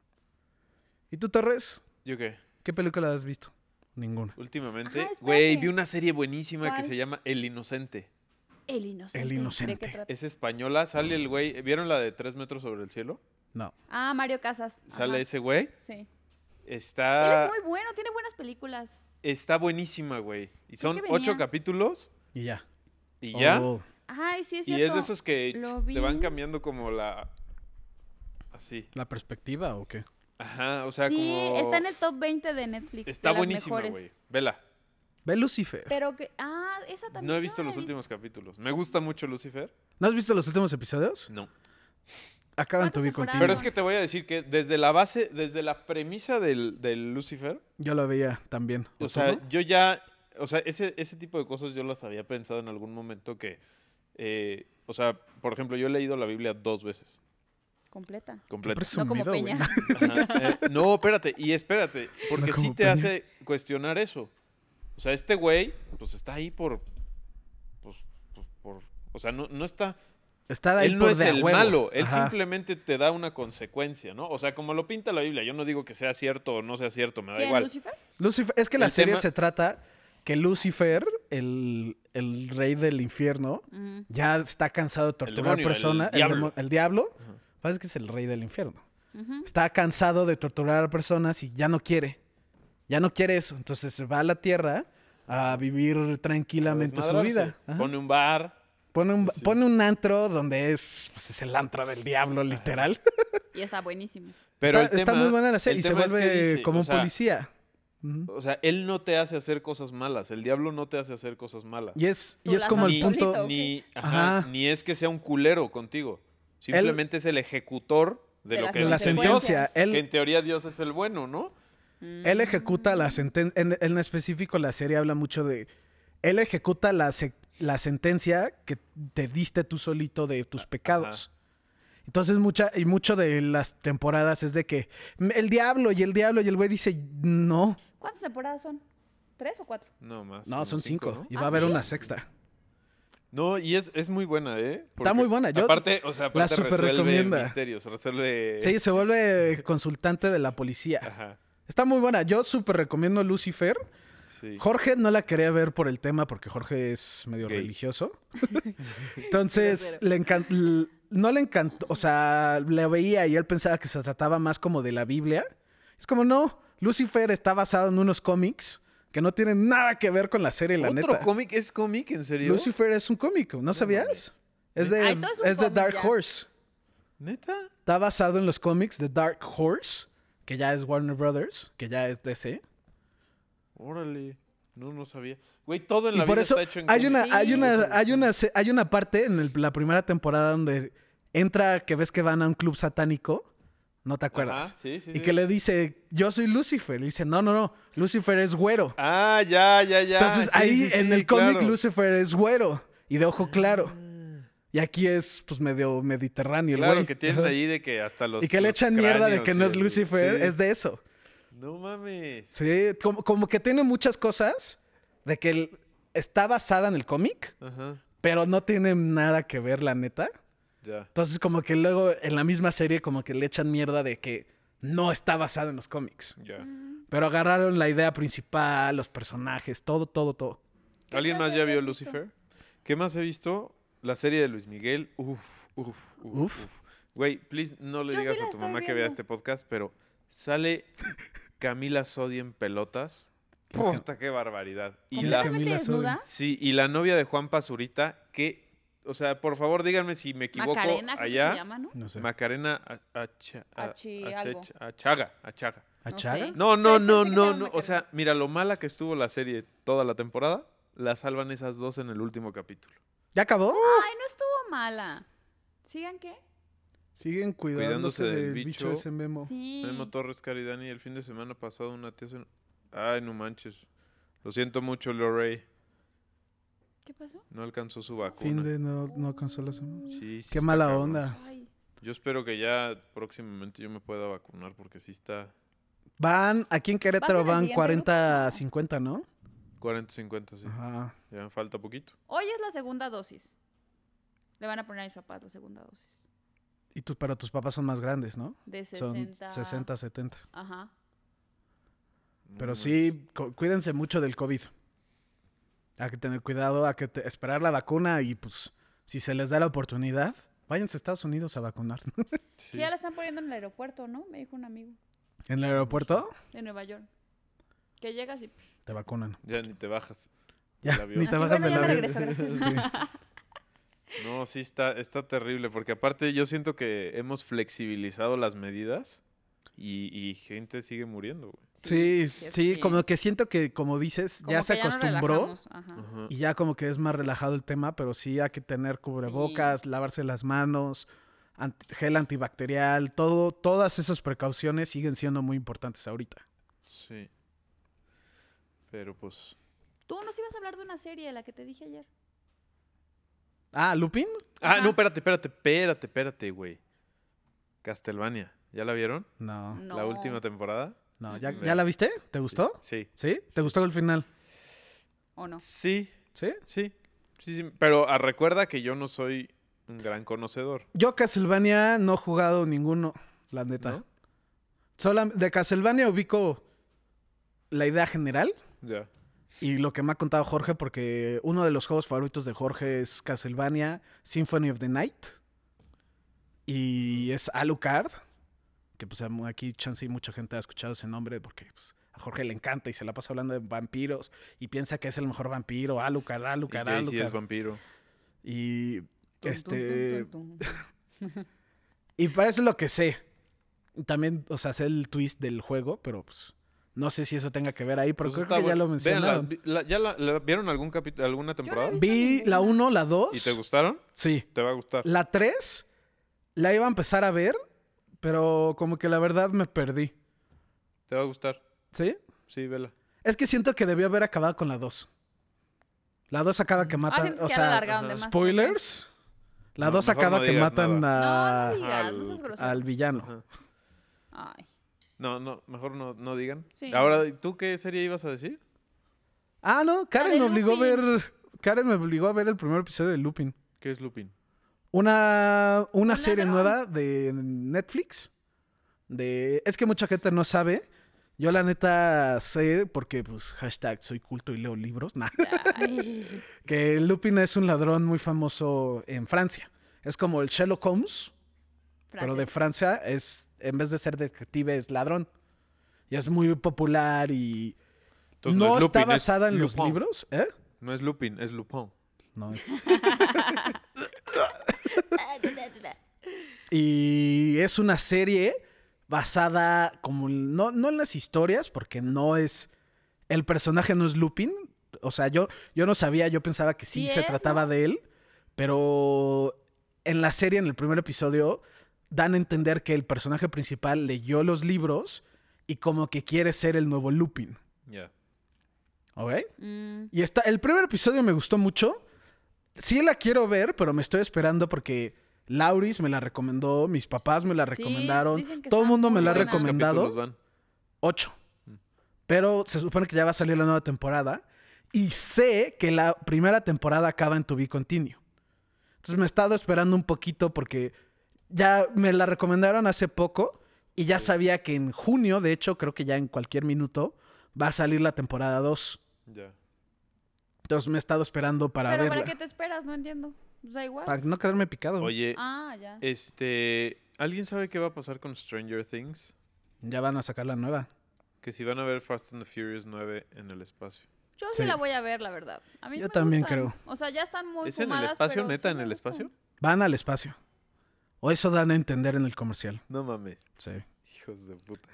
¿Y tú, Torres?
¿Yo qué?
¿Qué película has visto? Ninguna.
Últimamente,
Ajá, espérate.
güey, vi una serie buenísima que
¿Cuál?
se llama El Inocente.
El inocente.
El
¿De qué
inocente.
trata?
Es española, sale el güey. ¿Vieron la de tres metros sobre el cielo?
No.
Ah, Mario Casas.
Sale
Ajá.
ese Ah. güey.
Sí.
Está.
Él es muy bueno, tiene buenas películas.
Está buenísima, güey. Y
Sí que
son ocho
venía.
capítulos
Y ya.
y ya.
Oh.
Ay, sí, es
y
cierto.
es de esos que
Lo
te van
vi.
cambiando como la... Así.
¿La perspectiva o qué?
Ajá, o sea,
sí,
como...
está en el top 20 de Netflix. de
Está
las
buenísima,
mejores.
güey. Vela.
Ve Lucifer.
Pero que. Ah, esa también.
No he
yo
visto
la
los
vi-
últimos capítulos. Me gusta mucho Lucifer.
¿No has visto los últimos episodios?
No.
Acaban tu vi contigo.
¿Cuántas
Pero
temporadas?
es que te voy a decir que desde la base, desde la premisa del, del Lucifer,
Yo lo veía también.
o
¿O
sea,
tú no?
yo ya, o sea, ese, ese tipo de cosas yo las había pensado en algún momento que, eh, o sea, por ejemplo, yo he leído la Biblia dos veces,
Completa.
Qué
completa.
No como
presumido, güey.
Peña.
Ajá, eh, no, espérate, y espérate, porque
No
sí
como
te
Peña.
hace cuestionar eso. O sea, este güey, pues está ahí por, pues, pues, por, o sea, no, no está,
Está ahí
él no
por pues
es
de a
el
huevo.
malo, él
Ajá.
simplemente te da una consecuencia, ¿no? O sea, como lo pinta la Biblia, yo no digo que sea cierto o no sea cierto, me da
¿Quién,
igual.
Lucifer?
Lucifer, es que la
El
serie
tema-
se trata que Lucifer, el, el rey del infierno,
Ujú.
ya está cansado de torturar
demonio, el
personas.
diablo.
demo- el diablo.
Ajá.
Pasa que es el rey del infierno.
Ujú.
Está cansado de torturar a personas y ya no quiere. Ya no quiere eso. Entonces se va a la tierra a vivir tranquilamente su
desmadrarse.
vida. Ajá.
Pone un bar.
Pone un,
Pues sí.
pone un antro donde es, pues es el antro del diablo, literal.
Y está buenísimo.
Pero
está,
el
está
tema-
muy buena la serie
el
y se
tema es que
vuelve
dice,
como
o
un
sea,
policía. Ujú.
O sea, él no te hace hacer cosas malas. El diablo no te hace hacer cosas malas.
Y es,
Tú
y es
las
como el
haces
punto.
solito.
Ni, ajá,
Ajá.
ni es que sea un culero contigo. Simplemente es el ejecutor de,
De
lo
las
que
en la
dice
consecuencias.
Dios.
sentencia. Él,
Que en teoría Dios es el bueno, ¿no?
Él
Mm.
ejecuta la sentencia, en, en específico la serie habla mucho de, él ejecuta la, se- la sentencia que te diste tú solito de tus pecados. Entonces, mucha, y mucho de las temporadas es de que "M- el diablo y el diablo y el güey dice, no,
¿Cuántas temporadas son? ¿Tres o cuatro?
No, más.
no,
como
son cinco.
¿no?
Y
¿Ah,
va a haber
sí?
una sexta.
No, y es, es muy buena, ¿eh? Porque
muy buena, yo
aparte, o sea, aparte
súper
resuelve
recomienda.
misterios, resuelve...
Sí, se vuelve consultante de la policía.
Ajá,
Está muy buena. Yo súper recomiendo Lucifer.
sí.
Jorge no la quería ver por el tema porque Jorge es medio
Gay.
religioso. Entonces,
Grosero.
le encan- l- no le encantó, o sea, la veía y él pensaba que se trataba más como de la Biblia. Es como, no, Lucifer está basado en unos cómics que no tienen nada que ver con la serie, la
¿Otro
neta.
cómic? ¿Es cómic? ¿En serio?
Lucifer es un cómico, ¿no sabías? Es de,
Ay, todo es un
es de
cómic
Dark
ya.
Horse.
¿Neta?
Está basado en los cómics de Dark Horse, que ya es Warner Brothers, que ya es DC.
Órale. No, no sabía. Güey, todo en
Y
la
por
vida
eso
está hecho en
hay una,
cómics.
hay
Sí.
una, hay una, se- hay una parte en el- la primera temporada donde entra que ves que van a un club satánico, no te acuerdas,
Ajá, sí, sí,
y
sí.
que le dice yo soy Lucifer, le dice no no no, Lucifer es güero,
Ah, ya, ya, ya.
entonces
Sí,
ahí
sí,
en
sí,
el cómic
claro. Mm.
Lucifer es güero y de ojo claro,
Ah,
y aquí es pues medio mediterráneo, el
Claro,
güey.
que tienen
Ajá.
ahí de que hasta los.
y que le
los
echan mierda de
cráneos
que
y
no es
el-
Lucifer,
sí.
es de eso.
No mames.
Sí, como, como que tiene muchas cosas de que el- está basada en el cómic,
Ajá,
pero no tiene nada que ver, la neta.
ya.
Entonces, como que luego en la misma serie, como que le echan mierda de que no está basado en los cómics.
Ya.
Pero agarraron la idea principal, los personajes, todo, todo, todo.
¿Qué
¿Alguien
más
más ya
habías
vio
visto?
Lucifer? ¿Qué más he visto? La serie de Luis Miguel. Uf, uf, uf.
Uf.
uf. Güey, please, no le
Yo sí
digas
la
a tu
estoy
mamá que vea
viendo.
este podcast, pero sale Camila Sodi en pelotas. Puta, qué barbaridad. Y la,
¿Completamente
Camila Sodi.
desnuda?
Sí, y la novia de Juan Pazurita, que, o sea, por favor díganme si me equivoco
Macarena, creo que
allá.
se llama, ¿no?
No sé.
Macarena A- Acha- A-
Achi
Ache-
algo.
Achaga, Achaga.
No
¿Achaga?
sé.
No, no,
¿Ah, Sí, sí,
no,
sí que se
no,
llama
no. O
Macarena.
sea, mira, lo mala que estuvo la serie toda la temporada, la salvan esas dos en el último capítulo.
¿Ya acabó?
Ay, no estuvo mala. ¿Sigan qué?
Siguen cuidándose,
Cuidándose del
del bicho,
bicho.
ese memo.
Sí.
Memo Torres Caridani, el fin de semana pasado una tía se- Ay, no manches. Lo siento mucho, Lorey.
¿Qué pasó?
No alcanzó su
Fin
vacuna.
de no, no alcanzó la semana.
Sí, sí
Qué
está
mala
cabrón.
onda.
Ay,
Yo espero que ya próximamente yo me pueda vacunar porque sí está
Van, aquí en Querétaro
¿Vas en el
van
siguiente
40
grupo?
a 50, ¿no?
40-50, sí.
Ajá.
Ya falta poquito.
Hoy es la segunda dosis. Le van a poner a mis papás la segunda dosis.
Y tú, pero tus papás son más grandes, ¿no?
De
Son
60.
60, 70.
Ajá.
No
Pero
manches.
sí, cu- cuídense mucho del COVID. Hay que tener cuidado, hay que te- esperar la vacuna y pues si se les da la oportunidad, váyanse a Estados Unidos a vacunar.
Sí.
Que ya la están poniendo en el aeropuerto, ¿no? Me dijo un amigo
¿En el aeropuerto?
de Nueva York. Que llegas y... pff,
Te vacunan.
Ya ni te bajas.
Ya,
El avión.
ni te
Así,
bajas
bueno,
del
ya me
avión.
regreso, gracias.
Sí.
No, sí está, está terrible, porque aparte yo siento que hemos flexibilizado las medidas y, y gente sigue muriendo, güey.
Sí,
sí,
sí,
sí.
como que siento que, como dices,
como
ya se
que nos
acostumbró
relajamos, ajá.
Ajá.
y ya como que es más relajado el tema, pero sí hay que tener cubrebocas, lavarse las manos, ant- gel antibacterial, todo, todas esas precauciones siguen siendo muy importantes ahorita.
Sí. Pero pues...
Tú nos ibas a hablar de una serie, la que te dije ayer.
Ah, Lupin,
Ah,
Ajá.
no, espérate, espérate, espérate, espérate, güey. Castlevania, ¿ya la vieron?
no,
No.
La última temporada.
no, ¿ya,
Mm-mm.
ya la viste? ¿Te
Sí.
gustó?
Sí.
Sí, ¿te gustó el final?
¿O no?
Sí,
Sí.
sí, sí, sí, Pero ah, recuerda que yo no soy un gran conocedor.
Yo Castlevania no he jugado ninguno, la neta.
¿No?
Solam- de Castlevania ubico la idea general.
Ya.
Y lo que me ha contado Jorge, porque uno de los juegos favoritos de Jorge es Castlevania Symphony of the Night. Y es Alucard. Que pues am- aquí chance y mucha gente ha escuchado ese nombre porque pues, a Jorge le encanta y se la pasa hablando de vampiros y piensa que es el mejor vampiro, Alucard,
Y que
Alucard,
ahí sí es
Alucard.
vampiro.
Y
Tum,
este
tum, tum, tum, tum.
y parece lo que sé. También, o sea, sé el twist del juego, pero pues no sé si eso tenga que ver ahí, pero creo
Pues está
que ya
bueno.
lo
Véanla,
mencionaron.
vi- la- ¿Ya la, la- vieron algún capítulo, alguna temporada?
visto
Vi la
ninguna.
1, la 2.
¿Y te gustaron?
Sí.
Te va a gustar.
Pues La 3 la iba a empezar a ver, pero como que la verdad me perdí.
Te va a gustar.
¿Sí?
Sí, vela.
Es que siento que debió haber acabado con la 2. La 2 acaba que
Ah,
matan.
sientes
o
que ya la
sea,
alargaron de
ajá.
más, ok.
spoilers. La
No,
2
mejor
acaba
no
que
digas
matan
No, no
a-
digas, no
al-
seas grosero.
al villano.
Ajá.
Ay,
No, no, mejor no, no digan.
Sí.
Ahora, ¿tú qué serie ibas a decir?
Ah, no, Karen
de
me obligó a
Lupin.
ver. Karen me obligó a ver el primer episodio de Lupin.
¿Qué es Lupin?
Una, una
Un
serie
ladrón.
nueva de Netflix. De, es que mucha gente no sabe. Yo la neta sé porque, pues, hashtag soy culto y leo libros. Nah.
ay.
Que Lupin es un ladrón muy famoso en Francia. Es como el Sherlock Holmes, pero de
Francés.
Francia es, en vez de ser detective, es ladrón. Y es muy popular y
Entonces,
no,
es
está
Lupin, es
basada en los
Lupin.
libros. ¿eh?
No es Lupin, es Lupin.
No, es-
Ah, da, da, da, da.
Y es una serie basada como en- no, no en las historias, porque no es. El personaje no es Lupin. O sea, yo, yo no sabía, yo pensaba que sí,
Sí
se
es,
trataba
¿no?
de él. Pero en la serie, en el primer episodio, dan a entender que el personaje principal leyó los libros y como que quiere ser el nuevo Lupin.
Ya.
¿Ok?
Mm,
Y está, el primer episodio me gustó mucho. Sí la quiero ver, pero me estoy esperando porque Lauris me la recomendó, mis papás me la
Sí,
recomendaron,
dicen que
todo el
está
mundo me
muy
la ha
buena.
¿Cuántos capítulos
recomendado.
van?
Ocho.
Mm.
Pero se supone que ya va a salir la nueva temporada. Y sé que la primera temporada acaba en To Be Continue. Entonces me he estado esperando un poquito porque ya me la recomendaron hace poco y ya
Sí.
sabía que en junio, de hecho, creo que ya en cualquier minuto, va a salir la temporada 2.
Ya.
Entonces me he estado esperando para
Pero
verla.
¿para qué te esperas? No entiendo. Pues da igual.
Para no quedarme picado. güey.
Oye,
Ah, ya.
eh,
este. ¿Alguien sabe qué va a pasar con Stranger Things?
Ya van a sacar la nueva.
Que si van a ver Fast and the Furious 9 en el espacio.
Yo sí,
sí.
la voy a ver, la verdad. A mí
Yo
me
también
gustan.
creo.
O sea, ya están muy
¿Es en el
fumadas,
espacio,
pero
neta,
sí
en
me
el
gustan.
espacio?
Van al espacio. O eso dan a entender en el comercial.
No mames.
Sí.
Hijos de puta.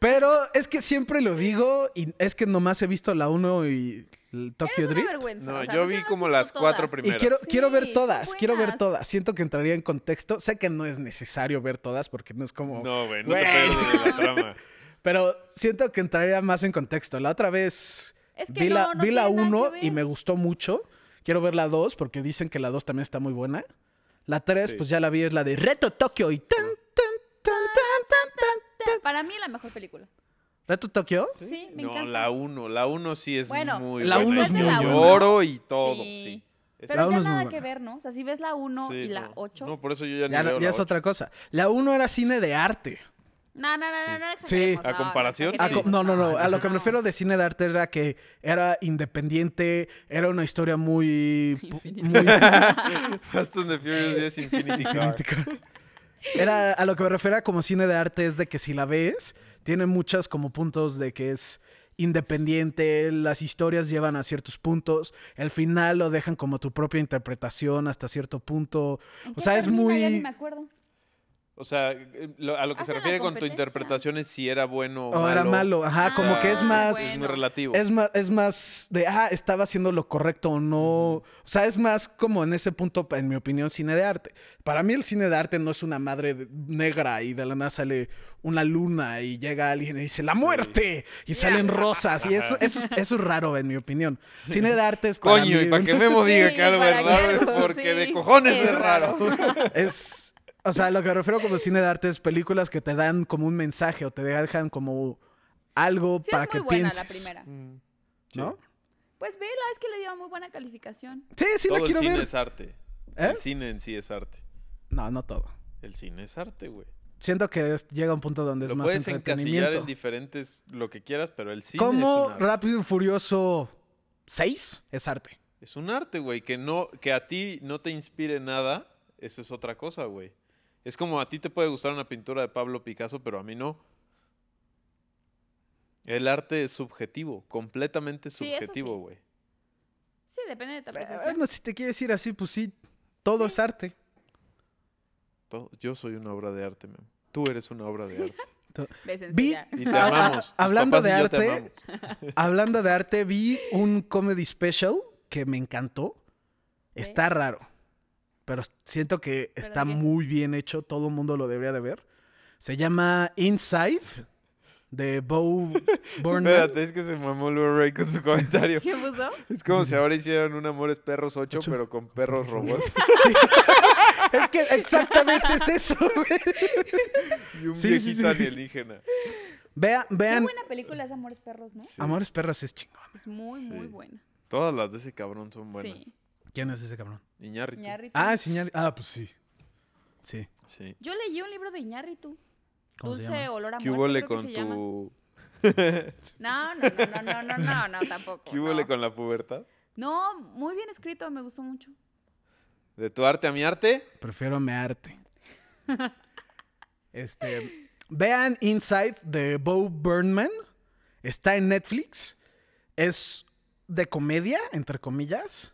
Pero es que siempre lo digo y es que nomás he visto la 1 y el Tokyo
Eres una
Drift.
vergüenza.
No,
o sea,
yo
¿por qué
vi
no has
como
visto
las cuatro
todas?
Y
primeras.
quiero, quiero ver
Sí,
todas,
son
quiero ver
buenas.
todas. Siento que entraría en contexto. Sé que no es necesario ver todas porque no es como...
No, güey, no te
Güey.
pierdas de la trama.
Pero siento que entraría más en contexto. La otra vez
Es que
vi la,
no, no
vi la
tiene nada que
1 y
ver.
me gustó mucho. Quiero ver la 2 porque dicen que la 2 también está muy buena. La 3,
Sí.
pues ya la vi, es la de Reto Tokio y tan, tan, tan, tan, tan, tan.
Para mí, la mejor película.
¿Reto Tokio?
Sí, me
no,
encanta.
la 1. La 1 sí es
Bueno,
muy
La
buena.
uno es
Yo
muy buena.
Lloro y todo.
Sí.
Sí. Es-
La
Pero ya
uno es muy
nada
buena.
que ver, ¿no? O sea, si ves la 1
sí,
y la
no.
8. No,
No, por eso yo ya,
Ya,
ni
la-
veo
ya
la
es
ocho.
otra cosa. La 1 era cine de arte.
no, no,
Sí.
no, no,
Sí.
exageremos,
A
no,
comparación,
Ah,
sí.
co-
exageremos, Ah,
No, no, no. A lo que
no.
me refiero de cine de arte era que era independiente, era una historia muy... muy
Fast and the Furious 10 Infinity Car.
era a lo que me refiero como cine de arte es de que si la ves, Tiene muchas como puntos de que es independiente, las historias llevan a ciertos puntos, el final lo dejan como tu propia interpretación hasta cierto punto.
¿En
O
qué
sea, es
termina? Ya ni
muy...
me acuerdo.
O sea, eh, lo- a lo que se
Hacen la
refiere con tu
competencia.
interpretación es si era bueno o
O
malo.
era malo, ajá,
Ah,
como que es más...
bueno.
Es muy relativo.
Es más, es más de, ah, estaba haciendo lo correcto o no. O sea, es más como en ese punto, en mi opinión, cine de arte. Para mí el cine de arte no es una madre de- negra y de la nada sale una luna y llega alguien y dice, la muerte, y salen rosas. Y eso, eso, es- eso es raro, en mi opinión. Cine de arte es... para
Coño,
mí
y para
un-
que Memo diga
Sí,
que algo
para
es
que
raro es
algo,
porque
sí.
de cojones
Es
es raro.
es o sea lo que refiero como cine de arte es películas que te dan como un mensaje o te dejan como algo
Sí,
para
es
que
muy buena
pienses
la primera.
no
Pues vela, es que le dieron muy buena calificación.
sí sí la
Todo el
quiero
cine
ver
es arte.
¿Eh?
El cine en sí es arte.
no no todo
El cine es arte, güey.
siento que es- llega un punto donde es
Lo
más
puedes encasillar
entretenimiento
en diferentes lo que quieras, pero el cine es
como
un arte.
rápido y furioso 6 es arte
Es un arte, güey, que no que a ti no te inspire nada, eso es otra cosa, güey. Es como a ti te puede gustar una pintura de Pablo Picasso, pero a mí no. El arte es subjetivo, completamente
Sí, eso
subjetivo,
sí.
güey.
Sí, depende de tu apreciación.
bueno Ah, si te quieres ir así pues sí todo es arte
Todo- Yo soy una obra de arte, memo. Tú eres una obra de arte.
Les
Vi-
enseña.
Y te
Ah,
amamos. Tus
hablando
papás y
de
yo te
arte,
amamos.
hablando de arte vi un comedy special que me encantó Está raro, pero siento que
Pero
está
dime.
muy bien hecho. Todo el mundo lo debería de ver. Se llama Inside de Bo Burnham.
Espérate, es que se mamó Lou Ray con su comentario.
¿Qué puso?
Es como si ahora hicieran un Amores Perros 8,
Ocho.
pero con perros robots.
es que exactamente es eso. güey.
y un
Sí, sí,
viejito
sí.
alienígena.
Vean,
Qué
vean.
buena película es Amores Perros, ¿no?
Sí.
Amores Perras es chingón.
Es muy, muy
Sí.
buena.
Todas las de ese cabrón son buenas.
Sí.
¿Quién es ese cabrón?
Iñárritu.
Iñárritu.
Ah, es Iñárritu. Ah, pues sí. Sí.
Sí.
Yo leí un libro de Iñárritu.
¿Cómo se
Dulce
llama?
olor a
¿Qué
muerte,
hubole
creo que
con
se llama.
tu...
No, no, no, no, no, no, no, no, tampoco.
¿Qué hubole
no.
con la pubertad?
No, muy bien escrito, me gustó mucho.
¿De tu arte a mi arte?
Prefiero me arte. Este, vean Inside de Bo Burnman. Está en Netflix. Es de comedia, entre comillas.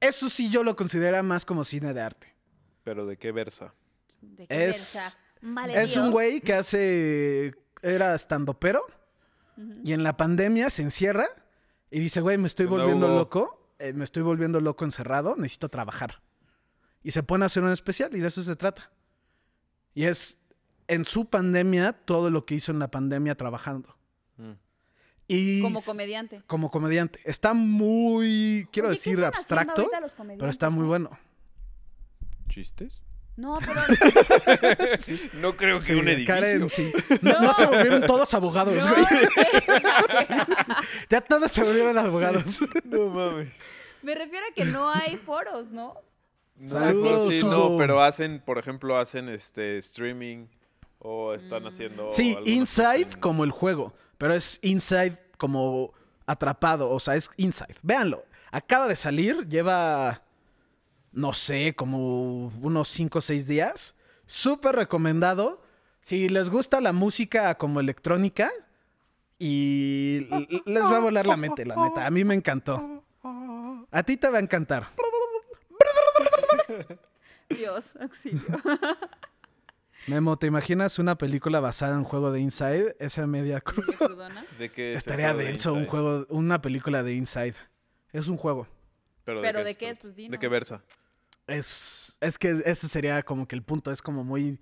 Eso sí yo lo considero más como cine de arte.
¿Pero de qué versa?
¿De qué
Es-
versa? Vale,
Es un
Dios.
güey que hace... Era estandopero. Y en la pandemia se encierra y dice, güey, me estoy
¿Qué onda,
volviendo
Hugo?
loco. eh, me estoy volviendo loco encerrado. Necesito trabajar. Y se pone a hacer un especial y de eso se trata. Y es en su pandemia todo lo que hizo en la pandemia trabajando.
Mm.
Y
Como
s-
comediante.
como comediante. Está muy, quiero
Oye, ¿qué
decir,
están haciendo
abstracto,
ahorita los
pero está
comediantes,
muy
eh?
bueno.
¿Chistes?
No, pero
No creo que
Sí,
un edificio.
Eh, Karen, sí. no, no se volvieron todos abogados,
No,
güey. Ya todos se volvieron abogados.
No mames.
me refiero a que no hay foros, ¿no?
No,
Saludos,
por sí,
Hugo.
no, pero hacen, por ejemplo, hacen este streaming o están haciendo...
Sí,
alguna cosa
Inside
en-
como el juego, pero es Inside como atrapado, o sea, es Inside. Véanlo, acaba de salir, lleva, no sé, como unos 5 o 6 días. Súper recomendado. Si les gusta la música como electrónica, y l- l- les va a volar la mente, la neta. A mí me encantó. A ti te va a encantar.
Dios, auxilio.
Memo, ¿te imaginas una película basada en un juego de Inside? Esa media cruz.
Oye, perdona.
¿De qué es el
Estaría
juego de
denso un
Inside?
juego, una película de Inside. Es un juego.
¿Pero,
Pero ¿de qué es?
tú?
Pues
¿De qué
dinos.
versa?
Es, es que ese sería como que el punto. Es como muy.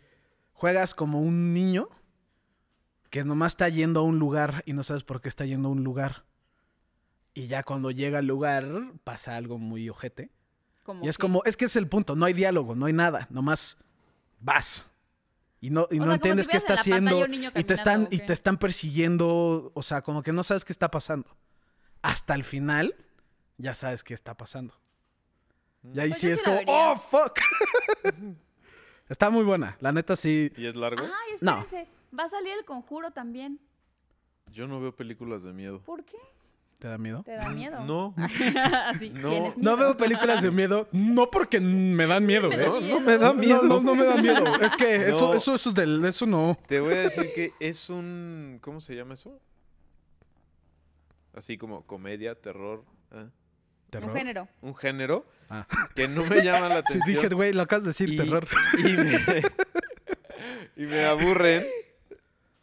Juegas como un niño que nomás está yendo a un lugar y no sabes por qué está yendo a un lugar. Y ya cuando llega al lugar pasa algo muy ojete.
Como
Y es
que-
como, es que es el punto, no hay diálogo, no hay nada, nomás vas. Y no, y
O sea,
no
como
entiendes
si
qué
vieras en
está
la pantalla
haciendo.
un niño
Y te,
caminando,
están,
¿o
y
qué?
te están persiguiendo, o sea, como que no sabes qué está pasando. Hasta el final, ya sabes qué está pasando. Y ahí
Pues
sí
yo
es
sí la
como,
vería.
¡oh, fuck! está muy buena, la neta sí.
¿Y es largo?
Ay,
No.
espérense. Va a salir el conjuro también.
Yo no veo películas de miedo.
¿Por qué?
¿Te da miedo?
¿Te da miedo?
Mm, No,
Así,
No.
¿tienes
No
miedo?
veo películas de miedo, no porque me dan miedo,
Me da
¿eh?
miedo.
No me da miedo. No, no me da miedo. Es que eso,
No.
eso, eso es del, eso no.
te voy a decir que es un... ¿Cómo se llama eso? Así como comedia, terror. ¿ah?
Un
Terror.
género.
Un género
Ah.
que no me llama la
Sí,
atención.
dije, güey, lo acabas de decir,
y-
terror.
Y me, y me aburren.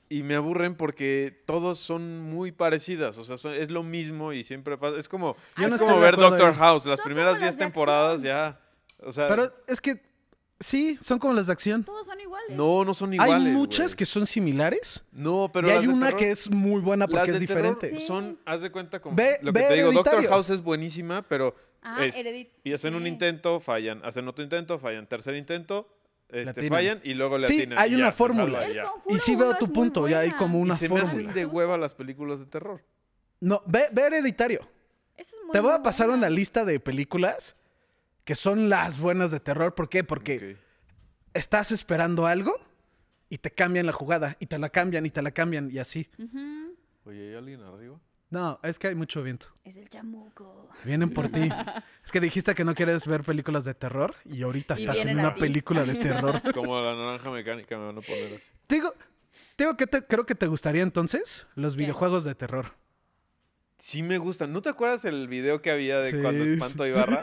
Y me aburren porque todos son muy parecidas. O sea, son- es lo mismo y siempre pasa. Es como,
Ah, Yo
es
no
como
estoy de
ver
acuerdo
Doctor
ahí.
House. Las
Son
primeras
como las
10
de
temporadas
acción.
ya. O sea,
Pero es que sí, son como las de acción.
Todos son iguales.
no, no son iguales.
hay muchas
güey.
que son similares
No, pero
y
las
hay
de
una
terror-
que es muy buena
las
porque es
de terror
diferente.
Sí.
Son, haz de cuenta como
Ve-
lo que
ve
te digo, Doctor
Hereditario.
House es buenísima, pero
Ah,
es-
heredit.
y hacen un
sí.
intento, fallan, hacen otro intento, fallan, tercer intento, este,
atinan.
fallan y luego le
Sí,
atinan.
hay
y
una
ya, se
fórmula.
salva y
El
ya.
Conjuro
Y sí veo
uno
tu
es muy
punto, ya hay
buena.
como
Y
una
se me hacen
fórmula.
de hueva las películas de terror.
No, ve, ve Hereditario.
Esa es muy,
Te voy
muy
a pasar
buena.
una lista de películas que son las buenas de terror. ¿Por qué? Porque
Ok.
estás esperando algo y te cambian la jugada y te la cambian y te la cambian y así.
Ujú.
Oye, ¿hay alguien arriba?
No, es que hay mucho viento.
Es el chamuco.
Vienen por ti. Es que dijiste que no quieres ver películas de terror y ahorita
Y
estás en
vienen a
una
ti.
película de terror.
Como la naranja mecánica me van a poner así.
Te digo, te digo que te- creo que te gustaría entonces los
¿Qué?
videojuegos de terror.
Sí me gustan. ¿No te acuerdas el video que había de
Sí,
cuando
sí.
espanto a Ibarra?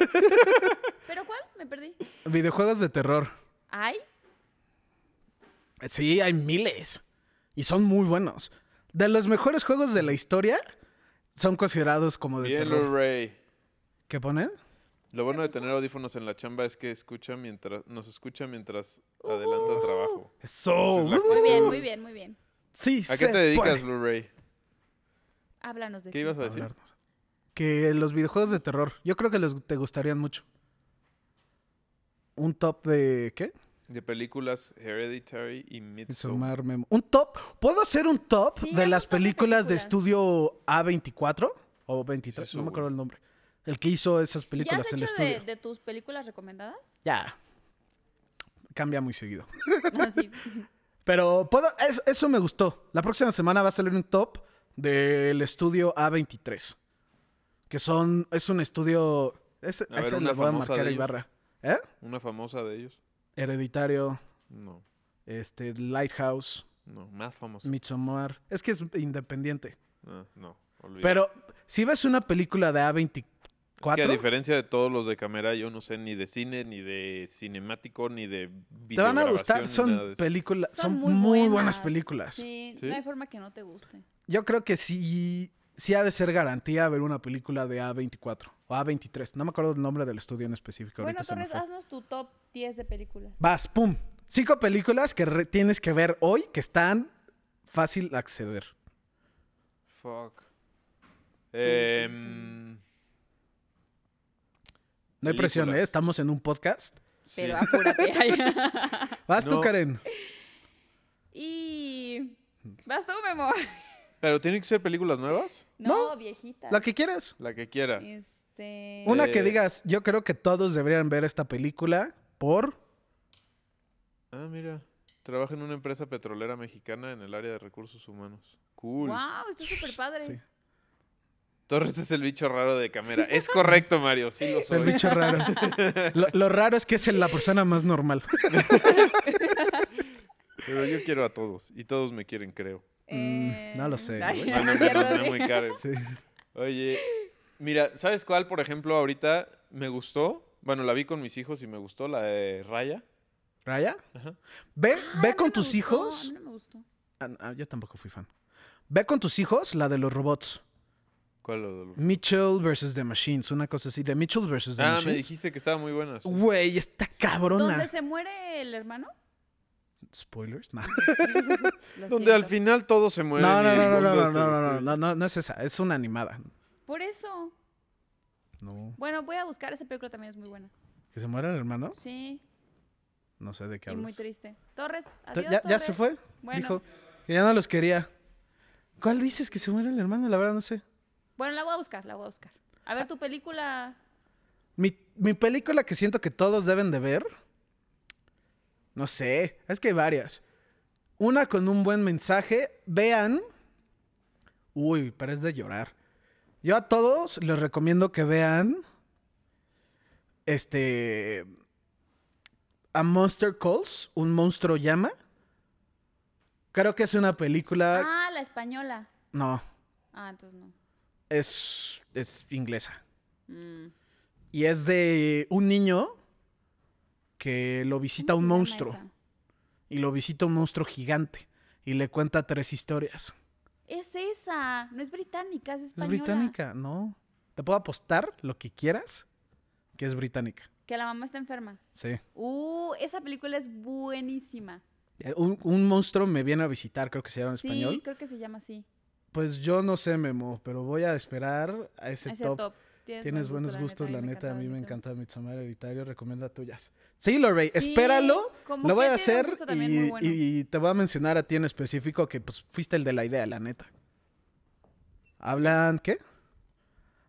¿Pero cuál? Me perdí.
Videojuegos de terror.
¿Ay?
Sí, hay miles. Y son muy buenos. De los mejores juegos de la historia, son considerados como de
Bien,
terror.
Ray.
¿Qué ponen?
Lo bueno de tener audífonos en la chamba es que escucha mientras, nos escucha mientras adelanta trabajo.
Eso.
Esa es la
Uh,
Muy bien, muy bien, muy bien.
Sí,
¿A qué
se
te dedicas,
puede.
Blu-ray?
Háblanos de
¿Qué
ti.
ibas a decir?
Hablarnos. Que los videojuegos de terror, yo creo que les te gustarían mucho. Un top de ¿qué?
De películas Hereditary y Midsommar.
Sumar memo- Un top. ¿Puedo hacer un top
Sí,
de
haz
las
un top de
películas de
películas.
estudio A24 o 23?
eso,
no me
güey.
acuerdo el nombre. El que hizo esas
¿Ya
películas
has
en el
hecho
estudio.
de, de tus películas recomendadas?
Ya. Cambia muy seguido.
Así.
Pero puedo, es- eso me gustó. La próxima semana va a salir un top del estudio A23. Que son, es un estudio. Ese,
A ver,
ese
una
le voy a
famosa
marcar
de
ahí
ellos.
barra. ¿Eh?
¿Una famosa de ellos?
Hereditario,
No,
este, Lighthouse,
no, más famosa.
Midsommar. Es que es independiente.
Ah, no, olvídalo.
Pero si ves una película de
Es que a
A24,
diferencia de todos los de cámara, yo no sé ni de cine, ni de cinemático, ni de
te van a
videograbación,
gustar.
ni nada de
Son
eso.
películas, son, muy, buenas. películas.
Sí,
¿Sí?
no hay forma que no te guste.
Yo creo que sí, sí ha de ser garantía ver una película de A24 o A23. No me acuerdo el nombre del estudio en específico.
Bueno,
ahorita se me
Torres,
fue.
haznos tu top 10 de películas.
Vas, pum. Cinco películas que re- tienes que ver hoy que están fácil de acceder.
Fuck. Em,
No hay presión,
Películas.
¿eh? Estamos en un podcast.
sí.
Pero apúrate. ay.
Vas tú,
No.
Karen.
y... ¿Vas tú, Memo?
¿Pero tienen que ser películas nuevas?
No, viejita.
La que quieras.
La que quiera.
Este...
Una que
Eh.
digas, yo creo que todos deberían ver esta película por...
Ah, mira. Trabaja en una empresa petrolera mexicana en el área de recursos humanos. Cool.
Wow, está súper padre.
Sí.
Torres es el bicho raro de cámara. Es correcto, Mario. Sí lo
Es el
soy.
bicho raro. Lo, lo raro es que es la persona más normal.
Pero yo quiero a todos. Y todos me quieren, creo.
Mm, no lo
Eh,
sé,
ay,
güey.
no,
Ah,
no
no,
es
me lo
cierto,
pondré
sí.
muy caro.
Sí.
Oye, mira, ¿sabes cuál, por ejemplo, ahorita me gustó? Bueno, la vi con mis hijos y me gustó, la de Raya.
¿Raya?
Ajá.
Ve,
Ah, a
ve
mí
con
me
tus
gustó,
hijos.
A mí no me gustó.
Ah, ah, yo tampoco fui fan. Ve con tus hijos la de los robots.
¿Cuál? Adolfo?
Mitchell versus The Machines, una cosa así. The Mitchell versus The
Ah, me
Machines.
dijiste que estaba muy buena. sí.
Güey, está
¿Dónde
cabrona.
se muere el hermano?
Spoilers. No.
Lo
Donde al
siento.
final todos se mueren.
No, no,
y el
no, no,
mundo este.
no, no,
se
no, no,
destruye.
no, no, no es esa, es una animada.
Por eso.
No.
Bueno, voy a buscar esa película también es muy buena.
¿Que se muera el hermano?
Sí,
No sé de qué
y muy
hablas.
triste. Torres,
Te-
adiós,
¿Ya, ya se
Torres.
fue?
Bueno.
Dijo que ya no los quería. ¿Cuál dices que se muera el hermano? La verdad no sé.
Bueno, la voy a buscar, la voy a buscar. A ver tu película.
Mi, mi película que siento que todos deben de ver. No sé, es que hay varias. Una con un buen mensaje. Vean. Uy, pero es de llorar. Yo a todos les recomiendo que vean este A Monster Calls, un monstruo llama. Creo que es una película,
Ah, la española.
no,
Ah, entonces no.
es es inglesa
Mm. ¿Cómo
y es de un niño que lo visita
se
un
llama
monstruo
esa?
y lo visita un monstruo gigante y le cuenta tres historias.
Es esa, no es británica, es
Es
española.
británica, ¿no? Te puedo apostar lo que quieras que es británica.
Que la mamá está enferma.
Sí.
Uh, esa película es buenísima.
Eh, Un, un monstruo me viene a visitar, creo que se llama en
sí,
español.
creo que se llama así.
Pues yo no sé, Memo, pero voy a esperar a ese,
Ese
top.
top. Tienes,
Tienes
buen
buenos
gusto,
gustos, la neta, a mí me
Midsommar.
encanta Midsommar Hereditario, recomienda tuyas. Sí, Lorray,
Sí,
espéralo,
como
lo
que
voy a
tiene un
hacer
gusto
y,
también muy bueno.
y te voy a mencionar a ti en específico que pues fuiste el de la idea, la neta. Hablan, ¿qué?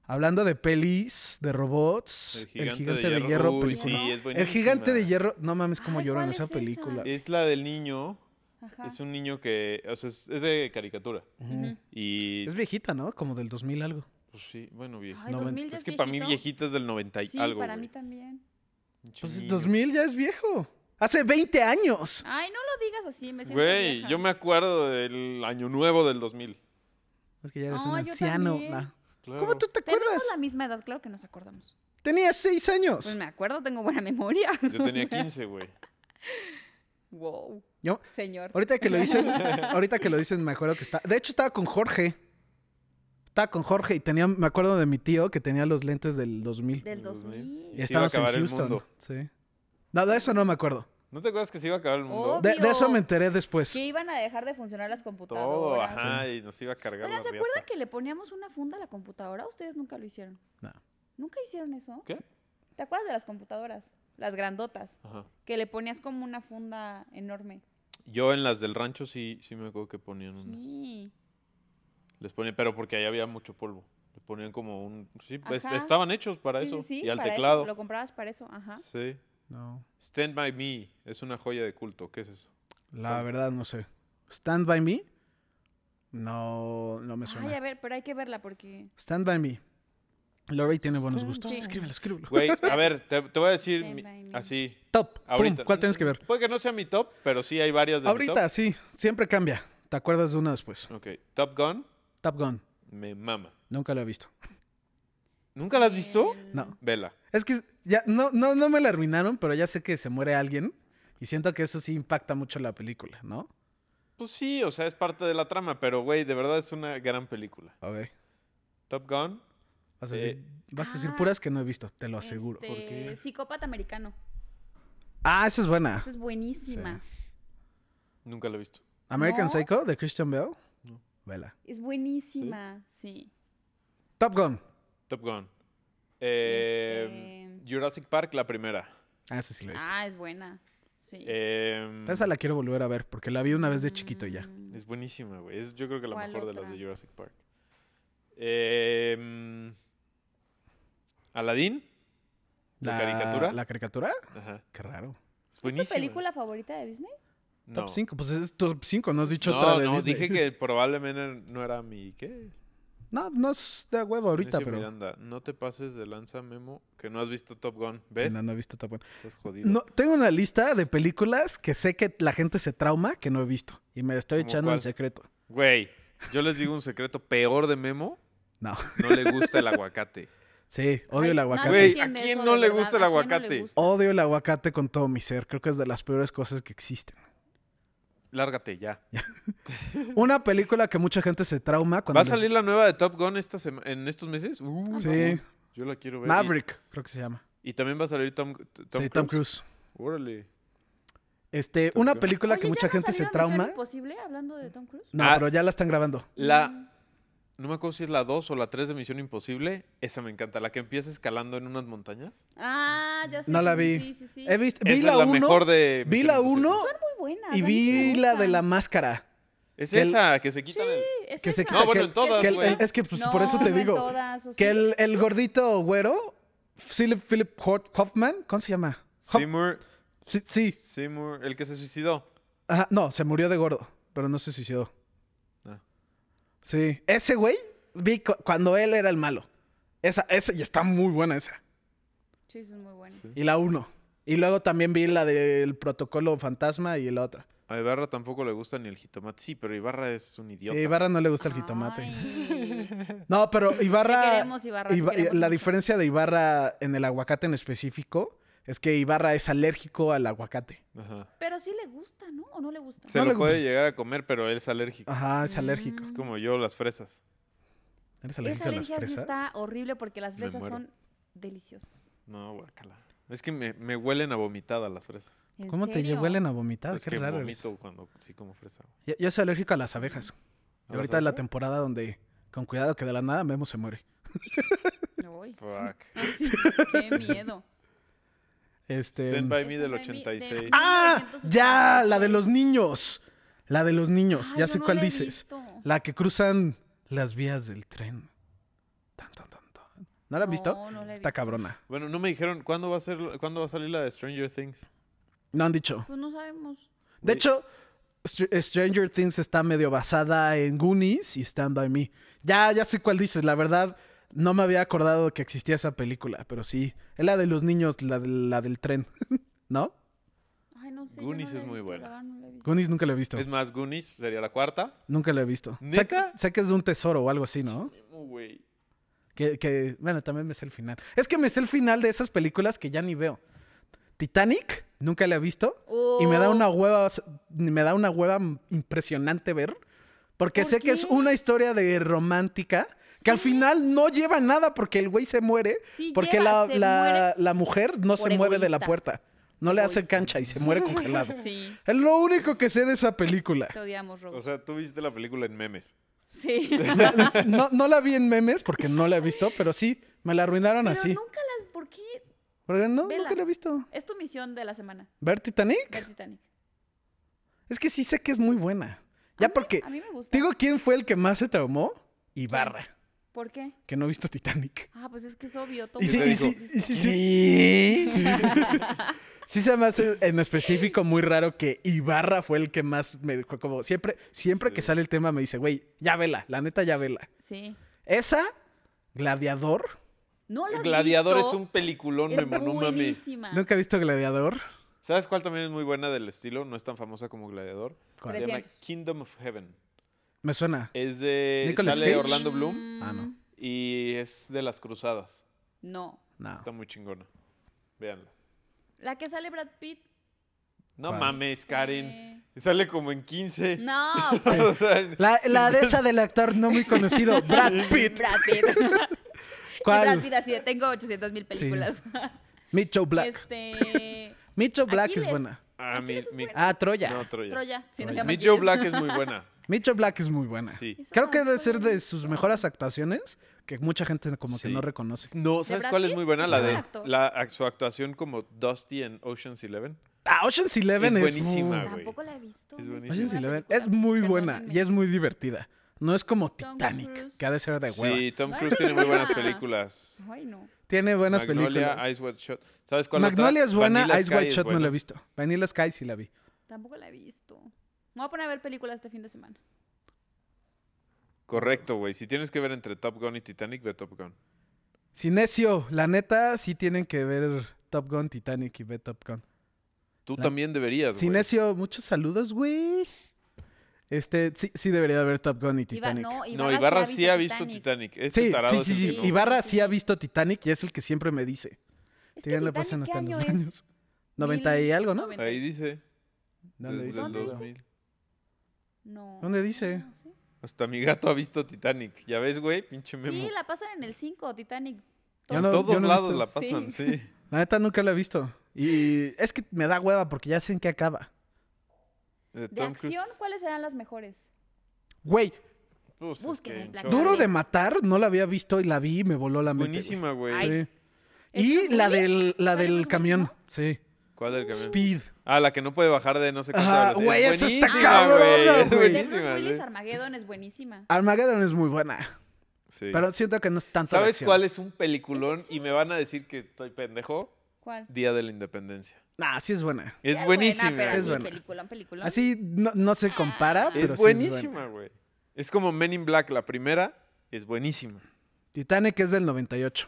Hablando de pelis, de robots,
El gigante, de, hierro. Uy, sí,
película.
es
pues, el gigante de
buenísima.
hierro, no mames cómo
Ay,
lloro en
¿cuál
esa
es esa?
película.
Es la del niño.
Ajá.
Es un niño que. O sea, es, es de caricatura.
Ujú.
Ujú.
Y.
Es viejita, ¿no? Como del 2000 algo.
pues sí, bueno, viejo.
Ay,
No,
2000 ya
es que para mí
viejito.
viejita es del 90 y
Sí,
algo.
para
güey.
mí también.
Pinche
Pues
niño.
2000 ya es viejo. Hace 20 años.
Ay, no lo digas así, me siento
Güey,
vieja.
yo me acuerdo del año nuevo del 2000.
Es que ya eres
No,
un
Ah, yo
anciano.
también.
ma.
Claro.
¿Cómo tú te
Tenemos
acuerdas?
la misma edad, claro que nos acordamos.
Tenía 6 años.
Pues me acuerdo, tengo buena memoria.
Yo tenía
O sea,
15, güey.
Wow,
Yo-
señor.
ahorita que lo dicen, ahorita que lo dicen, me acuerdo que está. De hecho, estaba con Jorge. Estaba con Jorge y tenía, me acuerdo de mi tío que tenía los lentes del 2000.
Del
y
se iba a
2000.
estabas en
acabar el
Houston.
mundo.
Sí. No, de eso no me acuerdo.
¿No te acuerdas que se iba a acabar el mundo?
Obvio.
De, de eso me enteré después.
Que iban a dejar de funcionar las computadoras.
Todo, ajá, y nos iba a cargar
Oigan,
la
¿se
riata.
acuerdan que le poníamos una funda a la computadora? Ustedes nunca lo hicieron.
No.
¿Nunca hicieron eso?
¿Qué?
¿Te acuerdas de las computadoras? Las grandotas.
Ajá.
Que le ponías como una funda enorme.
Yo en las del rancho sí, sí me acuerdo que ponían unas.
Sí.
Les ponían, pero porque ahí había mucho polvo. Le ponían como un. Sí, pues,
Ajá.
estaban hechos para
Sí,
eso.
sí, sí,
y al
para eso.
teclado.
Lo comprabas para eso, ajá.
Sí.
No.
Stand by me es una joya de culto. ¿Qué es eso?
La verdad, no sé. Stand by me. No, no me
Ay, a
suena.
ver, pero hay que verla porque.
Stand by me. Lori tiene buenos
Stand
gustos.
by me.
Escríbelo, escríbelo.
Güey, a ver, te, te voy a decir
Stand
mi-
by me.
así.
Top. pum,
Ahorita.
¿Cuál tienes que ver?
Puede que no sea mi top, pero sí hay varias de mi
Ahorita, sí. Siempre cambia. Te acuerdas de una después.
top. Ok. Top Gun,
Top Gun.
me mama.
Nunca la he visto.
¿Nunca la has visto?
el-
No.
Vela.
Es que ya no, no, no me la arruinaron, pero ya sé que se muere alguien. Y siento que eso sí impacta mucho la película, ¿no?
Pues sí, o sea, es parte de la trama, pero güey, de verdad es una gran película.
A ver.
Top Gun,
Vas a decir,
Eh,
vas a decir
ah,
puras que no he visto, te lo aseguro.
Este,
qué?
Psicópata americano.
Ah, esa es buena.
Esa es buenísima.
nunca la he visto.
American
¿No?
Psycho de Christian Bell.
No.
Vela.
Es buenísima, sí.
Top Gun.
Top Gun. Eh,
Este-
Jurassic Park, la primera.
Ah, esa sí la he visto.
Ah, es buena. Sí.
Eh,
Esa la quiero volver a ver porque la vi una vez de chiquito y ya.
Ah. Mm,
Es buenísima, güey. Es yo creo que la
¿Cuál
mejor de las
otra?
de Jurassic Park. Eh, Aladdin, ¿La caricatura?
¿La caricatura?
ajá.
Qué raro.
Es
¿Es tu
buenísima.
película favorita de Disney?
No.
Top 5, pues es top 5, no has dicho
no,
otra de
no,
Disney.
dije que probablemente no era mi... ¿Qué?
No, no es de huevo ahorita,
Sonicio
pero...
Miranda, no te pases de lanza, Memo, que no has visto Top Gun. ¿Ves?
Sí, no, no he visto Top Gun.
Estás jodido.
No, tengo una lista de películas que sé que la gente se trauma que no he visto. Y me la estoy
¿Cómo
echando en
cuál?
secreto.
Güey, yo les digo un secreto peor de Memo.
No.
No le gusta el aguacate.
Sí, odio
Ay,
el
nadie
aguacate.
Güey, ¿a
entiende
quién
eso,
no
de
le
verdad,
gusta el
¿a quién no le
aguacate?
gusta?
Odio el aguacate con todo mi ser. Creo que es de las peores cosas que existen.
Lárgate ya.
Una película que mucha gente se trauma cuando...
¿Va a
les-
salir la nueva de Top Gun esta sema- en estos meses? Uh,
Sí,
Yo la quiero ver. Y-
Maverick, creo que se llama.
Y, también va a salir Tom, Tom
sí,
Cruise.
Tom Cruise.
Órale.
Este,
Tom
una
Cruise.
película que
Oye, ¿ya
mucha
no ha
gente se
salido
trauma.
Misión Imposible hablando de Tom Cruise?
No,
Ah.
pero ya la están grabando.
La. No me acuerdo si es la 2 o la 3 de Misión Imposible. Esa me encanta. La que empieza escalando en unas montañas.
Ah, ya sé.
No la
sí,
vi.
Sí, sí, sí.
He visto, vi
Esa
la
es la
1
mejor de.
vi
Misión
la
Imposible.
uno,
Son muy buenas.
y
a mí sí me
vi la de
gustan.
la máscara.
Es
que el-
esa, que se quitan el.
Es
Que se
esa.
quita
No, Ah, bueno,
que-
en todas,
que el-
güey.
el- es que pues,
No,
por eso te
no en
digo.
todas,
Que
o sí.
el, el gordito güero, Philip, Philip Ho- Hoffman, ¿cómo se llama? Ho-
Seymour.
sí, sí.
Seymour. El que se suicidó.
Ajá, no, se murió de gordo, pero no se suicidó.
Ah.
Sí, ese güey vi cu- cuando él era el malo. Esa, esa, y está muy buena esa.
Sí, eso es muy bueno.
Sí.
Y la uno. Y luego también vi la del protocolo fantasma y la otra.
A Ibarra tampoco le gusta ni el jitomate. Sí, pero Ibarra es un
Sí,
idiota.
Ibarra no le gusta el jitomate.
Ay.
No, pero Ibarra.
Te queremos, Ibarra, te
Iba-
queremos
la
mucho.
diferencia de Ibarra en el aguacate en específico es que Ibarra es alérgico al aguacate.
Ajá.
Pero sí le gusta, ¿no? ¿O no le gusta?
Se
No
lo
le
puede
gusta. Ah.
llegar a comer, pero él es alérgico.
Ajá, es alérgico.
Es como yo, las fresas.
¿Eres
Esa
alérgico a las
alergia sí
fresas?
está horrible porque las
Me
fresas
muero.
son deliciosas.
No, guacala. Es que me, me huelen a vomitada las fresas.
¿En
¿Cómo te
serio?
lle- huelen a vomitar?
es
Ah, Qué
que
raro. eres.
vomito cuando sí como fresa.
Yo, yo soy alérgico a las abejas.
¿A
Y
las
ahorita es la
abejas?
temporada donde, con cuidado que de la nada Memo se muere.
Ay,
Fuck.
Ah, sí, qué miedo.
Este.
Stand by me
Stand by me
del
de-
86.
¡Ah!
1986.
¡Ya! La de los niños. La de los niños.
Ay,
ya
yo
sé
no
cuál
la he
dices.
visto.
La que cruzan las vías del tren. Tan, tan, tan, tan. ¿No la han visto?
No, no la he
Está
visto.
cabrona.
Bueno, no me dijeron cuándo va a ser, cuándo va a salir la de Stranger Things.
No han dicho.
Pues no sabemos.
De
Güey,
hecho, Str- eh, Stranger Things está medio basada en Goonies y Stand By Me. Ya, ya sé cuál dices. La verdad, no me había acordado que existía esa película, pero sí. Es la de los niños, la, de- la del tren. ¿No?
Ay, no sé. yo
Goonies
no la
es
he
muy
visto,
buena.
la verdad, no la he visto.
Goonies nunca la he visto.
Es más, Goonies sería la cuarta.
Nunca la he visto. Sé
¿Neta?
que- Sé, que es de un tesoro o algo así, ¿no?
Oh, güey.
Que, que- bueno, también me sé el final. Es que me sé el final de esas películas que ya ni veo. Titanic, nunca la he visto. Y me da una hueva, me da una hueva impresionante ver. Porque
¿Por
sé que es
qué?
una historia de romántica que al
Sí.
final no lleva nada porque el güey se muere.
Sí
porque
lleva,
la,
Oh, se
la-
muere.
la mujer no se
por
mueve de la
egoísta.
puerta. No le hace
Egoísta.
cancha y se muere congelado.
Sí,
Es lo único que sé de esa película.
te odiamos, Rose.
O sea, tú viste la película en memes.
sí.
No, no la vi en memes porque no la he visto, pero sí, me la arruinaron
Pero
así.
nunca las... ¿Por qué?
Porque no,
vela.
nunca la he visto.
Es tu misión de la semana,
¿Ver Titanic?
ver Titanic.
Es que sí sé que es muy buena.
A
Ya
mí-
porque...
A mí me gusta.
Digo, ¿quién fue el que más se traumó? Ibarra,
¿Por qué?
que no ha visto Titanic.
Ah, pues es que es obvio. Todo
Y sí,
te
mundo
y
lo
dijo?
sí,
hemos
y sí,
visto.
sí. Sí. Sí se me hace en específico muy raro que Ibarra fue el que más me dijo, como siempre, siempre que
Sí.
sale el tema me dice, güey, ya vela, la neta ya vela.
Sí.
Esa, Gladiador,
No la has
Gladiador
visto.
es un peliculón,
Es
Memo, no mames.
buenísima.
nunca he visto Gladiador.
¿Sabes cuál también es muy buena del estilo? No es tan famosa como Gladiador.
¿Cuál?
Se llama
300.
Kingdom of Heaven.
Me suena.
Es de...
Nicolas
sale
Cage.
Orlando Bloom
Mm,
Ah, no.
y es de las cruzadas.
No.
No.
Está muy chingona. Véanla.
La que sale Brad Pitt.
No
¿Cuál?
mames, Karen.
eh,
Sale como en 15.
No.
O sea,
La,
sí,
la de esa del actor no muy conocido, Brad Pitt.
Brad Pitt. Y Brad
¿Cuál?
Pitt así de, tengo 800 mil películas.
Mitchell Black.
Este...
Mitchell Black es
Aquiles.
buena.
ah, mi-
Aquiles es
mi-
Ah, Troya.
No, Troya.
Troya. Si no
Troya.
se llama
Mi Joe
Aquiles.
Black es muy buena.
Mitchell Black es muy buena.
Sí.
Esa
Creo que
no
debe
la
ser de
he
sus
visto.
mejores actuaciones, que mucha gente como que
Sí.
no reconoce.
No, ¿sabes
Brad
cuál es
Pitt?
muy buena?
Es
La
buen
de
actor.
la, ac- su actuación como Dusty en Ocean's Eleven.
Ah, Ocean's Eleven es,
Es buenísima.
muy-
Ah, güey.
Tampoco la he visto.
Es
no he visto
Ocean's
ninguna
Eleven
película,
es muy buena
perdónenme.
y es muy divertida. No es como
Tom Cruise.
Titanic, que ha de ser de hueva.
Sí, Tom
Ay,
Cruise tiene muy buenas
buena.
películas.
Ay, no.
Tiene buenas
Magnolia,
películas.
Ice White Shot. ¿Sabes cuál otra?
Magnolia es buena,
Vanilla
Ice
Sky
White
es
Shot no
buena.
la he visto. Vanilla Sky sí la vi.
Tampoco la he visto. Me voy a poner a ver películas este fin de semana.
Correcto, güey. Si tienes que ver entre Top Gun y Titanic, ve Top Gun.
Cinesio, la neta sí tienen que ver Top Gun, Titanic y ve Top Gun.
Tú
La-
también deberías, güey.
Cinesio, muchos saludos, güey. Este, sí, sí debería de ver Top Gun y
Iba,
Titanic.
no, Ibarra,
No, Ibarra sí ha visto
Titanic.
Titanic. Este
Sí,
tarado
sí,
es
sí,
el
sí.
que no.
Iba-
Ibarra
Sí,
sí,
sí.
ha visto Titanic y es el que siempre me dice.
Es
Sí,
que
ya le
Titanic,
pasan
¿qué
hasta pues, en los
año es?
baños. 90 y
Mil-
algo, ¿no?
noventa.
Ahí dice.
¿Dónde
desde
dice?
el
¿Dónde dice?
2000.
No.
¿Dónde dice?
No, sí.
Hasta mi gato ha visto Titanic. ¿Ya ves, güey? Pinche memo.
Sí, la pasan en el 5, Titanic.
Yo
En
no-
todos
yo no he
lados
visto.
la pasan, sí.
La neta nunca la he visto. Y es que me da hueva porque ya sé en qué acaba.
De
De
Tom Cruise.
acción, ¿cuáles serán las mejores?
Güey,
Pues, es
Busquen
que
en
un
Black
chorro.
Duro de Matar no la había visto y la vi y me voló la
Es
mente.
Buenísima, güey.
güey. Sí.
¿Es
Y
Bruce
la
Willis?
del, la
¿Sale Bruce
del
Willis,
camión.
no?
Sí.
¿Cuál del camión?
Speed.
Ah, la que no puede bajar de no sé cuánto.
Ajá,
velocidad.
güey, esa está
buenísima,
cabrona,
Es
güey.
De Bruce
buenísima, ¿eh?
Willis,
güey.
Armageddon es buenísima.
Armageddon es muy buena.
Sí.
Pero siento que no es tanto. de
¿Sabes
acción.
cuál es un peliculón? Y me van a decir que estoy pendejo.
¿Cuál?
Día de la Independencia.
Nah, sí es buena.
Es
Sí,
buenísima.
Buena, pero
Es
así,
buena.
peliculón, peliculón. Ah.
Así no, no se compara, pero sí
es buenísima, güey. Es como Men in Black, la primera. es buenísima.
Titanic es del 98.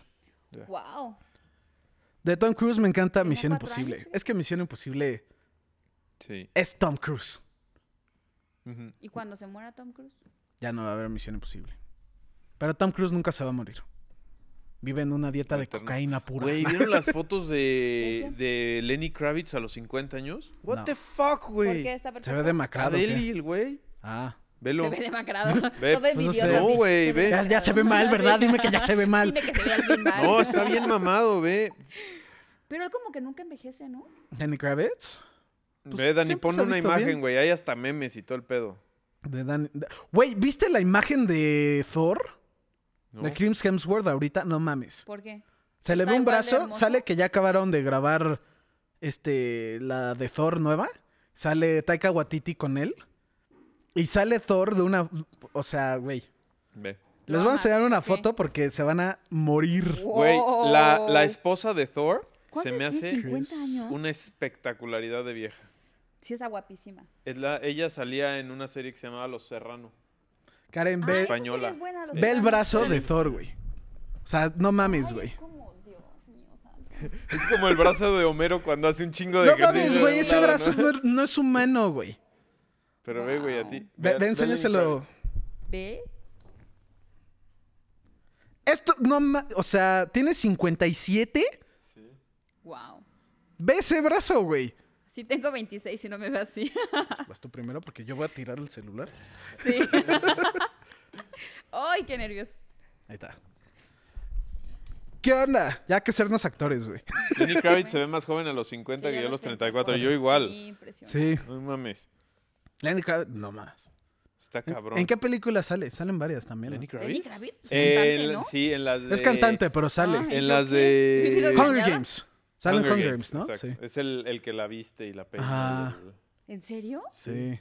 Wow.
De Tom Cruise me encanta
Tenía
Misión
cuatro
Imposible.
años, güey.
Es que Misión Imposible
Sí.
es Tom Cruise.
Ujú.
¿Y cuando se muera Tom Cruise?
Ya no va a haber Misión Imposible. Pero Tom Cruise nunca se va a morir. Vive en una dieta de
Eterno.
cocaína pura.
Güey, ¿vieron las fotos de,
Ella.
de Lenny Kravitz a los 50 años? What
No.
the fuck,
¿Por qué
güey.
está
se ve demacrado. ¿o qué?
Adele y el güey.
Ah.
Velo.
Se ve demacrado.
Ve,
pues
Todo
no
envidioso.
sé.
así.
No,
güey,
Se
ve.
Ya, ya se ve mal, ¿verdad? Dime que ya se ve mal.
Dime que se ve al fin mal.
No, está bien mamado, ve.
Pero él como que nunca envejece, ¿no?
Danny Kravitz. Pues
ve, Dani,
siempre se
pone
ha
una
visto bien.
imagen, güey. Hay hasta memes y todo el pedo.
De Dan- de- Güey, ¿viste la imagen de Thor?
¿no?
De Chris Hemsworth ahorita. No mames.
¿Por qué?
Se le
¿Está
ve un
igual de
brazo.
hermoso?
Sale que ya acabaron de grabar este, la de Thor nueva. Sale Taika Waititi con él. Y sale Thor de una... O sea, güey.
Ve.
Lo
Les voy a
amas,
enseñar una
¿ok?
foto porque se van a morir.
Güey, la,
Wow.
la esposa de Thor se
¿Cuántos
me
tiene?
hace
50 años.
una espectacularidad de vieja.
Sí, está guapísima.
Es la, ella salía en una serie que se llamaba Los Serrano.
Karen,
Ah,
ve,
esa
española.
serie es buena, los
ve el
hermanos.
brazo de
Ellen.
Thor, güey. O sea, no
Ay,
mames,
es
güey.
como, Dios mío, santo.
Es como el brazo de Homero cuando hace un chingo de
No
ejercicio
mames,
de
güey.
un
Ese
lado, ¿no?
brazo no, no es humano, güey.
Pero ve, güey, a
Wow.
ti.
Ve,
a-
ve,
a Lenny
enséñaselo.
Kravitz.
¿Ve?
Esto no ma- O sea, tiene 57.
Wow.
Ve ese brazo, güey.
Sí tengo 26 y no me ve así.
Vas tú primero porque yo voy a tirar el celular.
Sí. Ay, qué nervios.
Ahí está. ¿Qué onda? Ya hay que sernos actores, güey.
Lenny Kravitz se ve más joven a los 50 que yo a los 34. Yo igual.
Sí, impresionante.
Sí.
No mames.
Lenny Kravitz, no más.
Está cabrón.
¿Eh? ¿En qué película sale? Salen varias también. ¿no?
Lenny Kravitz, es
Eh,
cantante,
en la-
¿no?
Sí, en las de...
Es cantante, pero sale.
Ay,
en
yo
las
qué,
de-
mi vida
Hunger
engañada.
Games. Salen Hunger, Games, ¿no?
exacto.
Sí.
Es el, el que la viste y la peina.
Ajá.
el-
¿En serio?
Sí.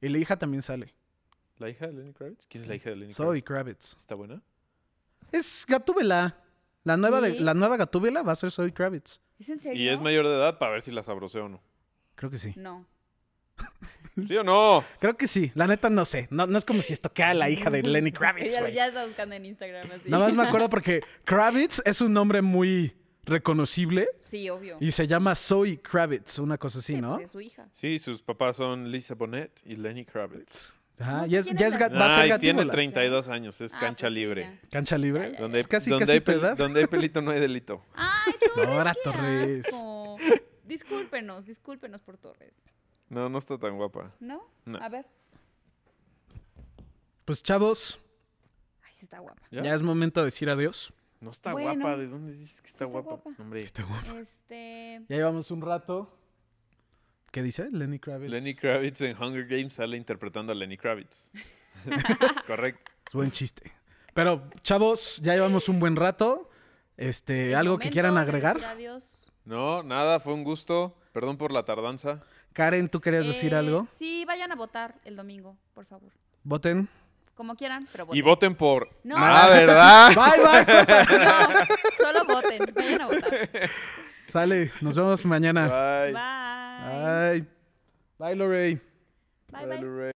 Y la hija también sale.
¿La hija de Lenny Kravitz? ¿Quién es la hija de Lenny
Zoe
Kravitz?
Kravitz.
¿Está buena?
Es Gatúbela. La nueva, de,
¿Sí?
la nueva Gatúbela va a ser Zoe Kravitz.
¿Es en serio?
Y es mayor de edad para ver si la sabroseo o no.
Creo que sí.
No.
¿Sí o no?
Creo que sí. La neta no sé. No, no es como si estoquea a la hija de Lenny Kravitz,
Ella
güey.
ya está buscando en Instagram así.
Nada más me acuerdo porque Kravitz es un nombre muy reconocible
Sí, obvio.
y se llama Zoe Kravitz, una cosa así,
Sí,
¿no?
pues es su hija.
Sí, sus papás son Lisa Bonet y Lenny Kravitz.
Ajá,
No sé
ya es,
quién
ya
es
es
la-
ga- va a ser
Ay, tiene
Gatúbela.
32 años, es
Ah,
cancha
pues sí,
libre.
ya.
Cancha libre.
ya,
Donde, hay-
Es casi,
donde
casi
hay
tu
pel-
edad.
donde hay pelito no hay delito.
Ay,
Ahora
Torres, qué
Torres.
asco. Discúlpenos, discúlpenos por Torres.
No, no está tan guapa.
¿No?
No.
A ver.
Pues chavos,
Ay, sí está guapa.
¿Ya?
ya es momento de decir adiós.
No está
Bueno.
guapa. ¿De dónde dices que está,
está
guapa?
guapa.
Hombre,
Este...
Ya llevamos un rato. ¿Qué dice? Lenny Kravitz.
Lenny Kravitz en Hunger Games sale interpretando a Lenny Kravitz. es correcto.
Buen chiste. Pero, chavos, ya llevamos un buen rato. Este,
es
algo que
momento
quieran
de
agregar.
decir adiós.
No, nada, fue un gusto. Perdón por la tardanza.
Karen, ¿tú querías decir
Eh,
algo?
Sí, vayan a votar el domingo, por favor.
Voten.
Como quieran, pero voten.
Y voten por...
No.
Ah, ¿verdad?
Bye, bye. corta.
No, solo voten. Vayan a votar.
Sale, nos vemos mañana.
Bye.
Bye.
Bye. Bye, Lorey.
Bye, bye.
Bye, Lorraine.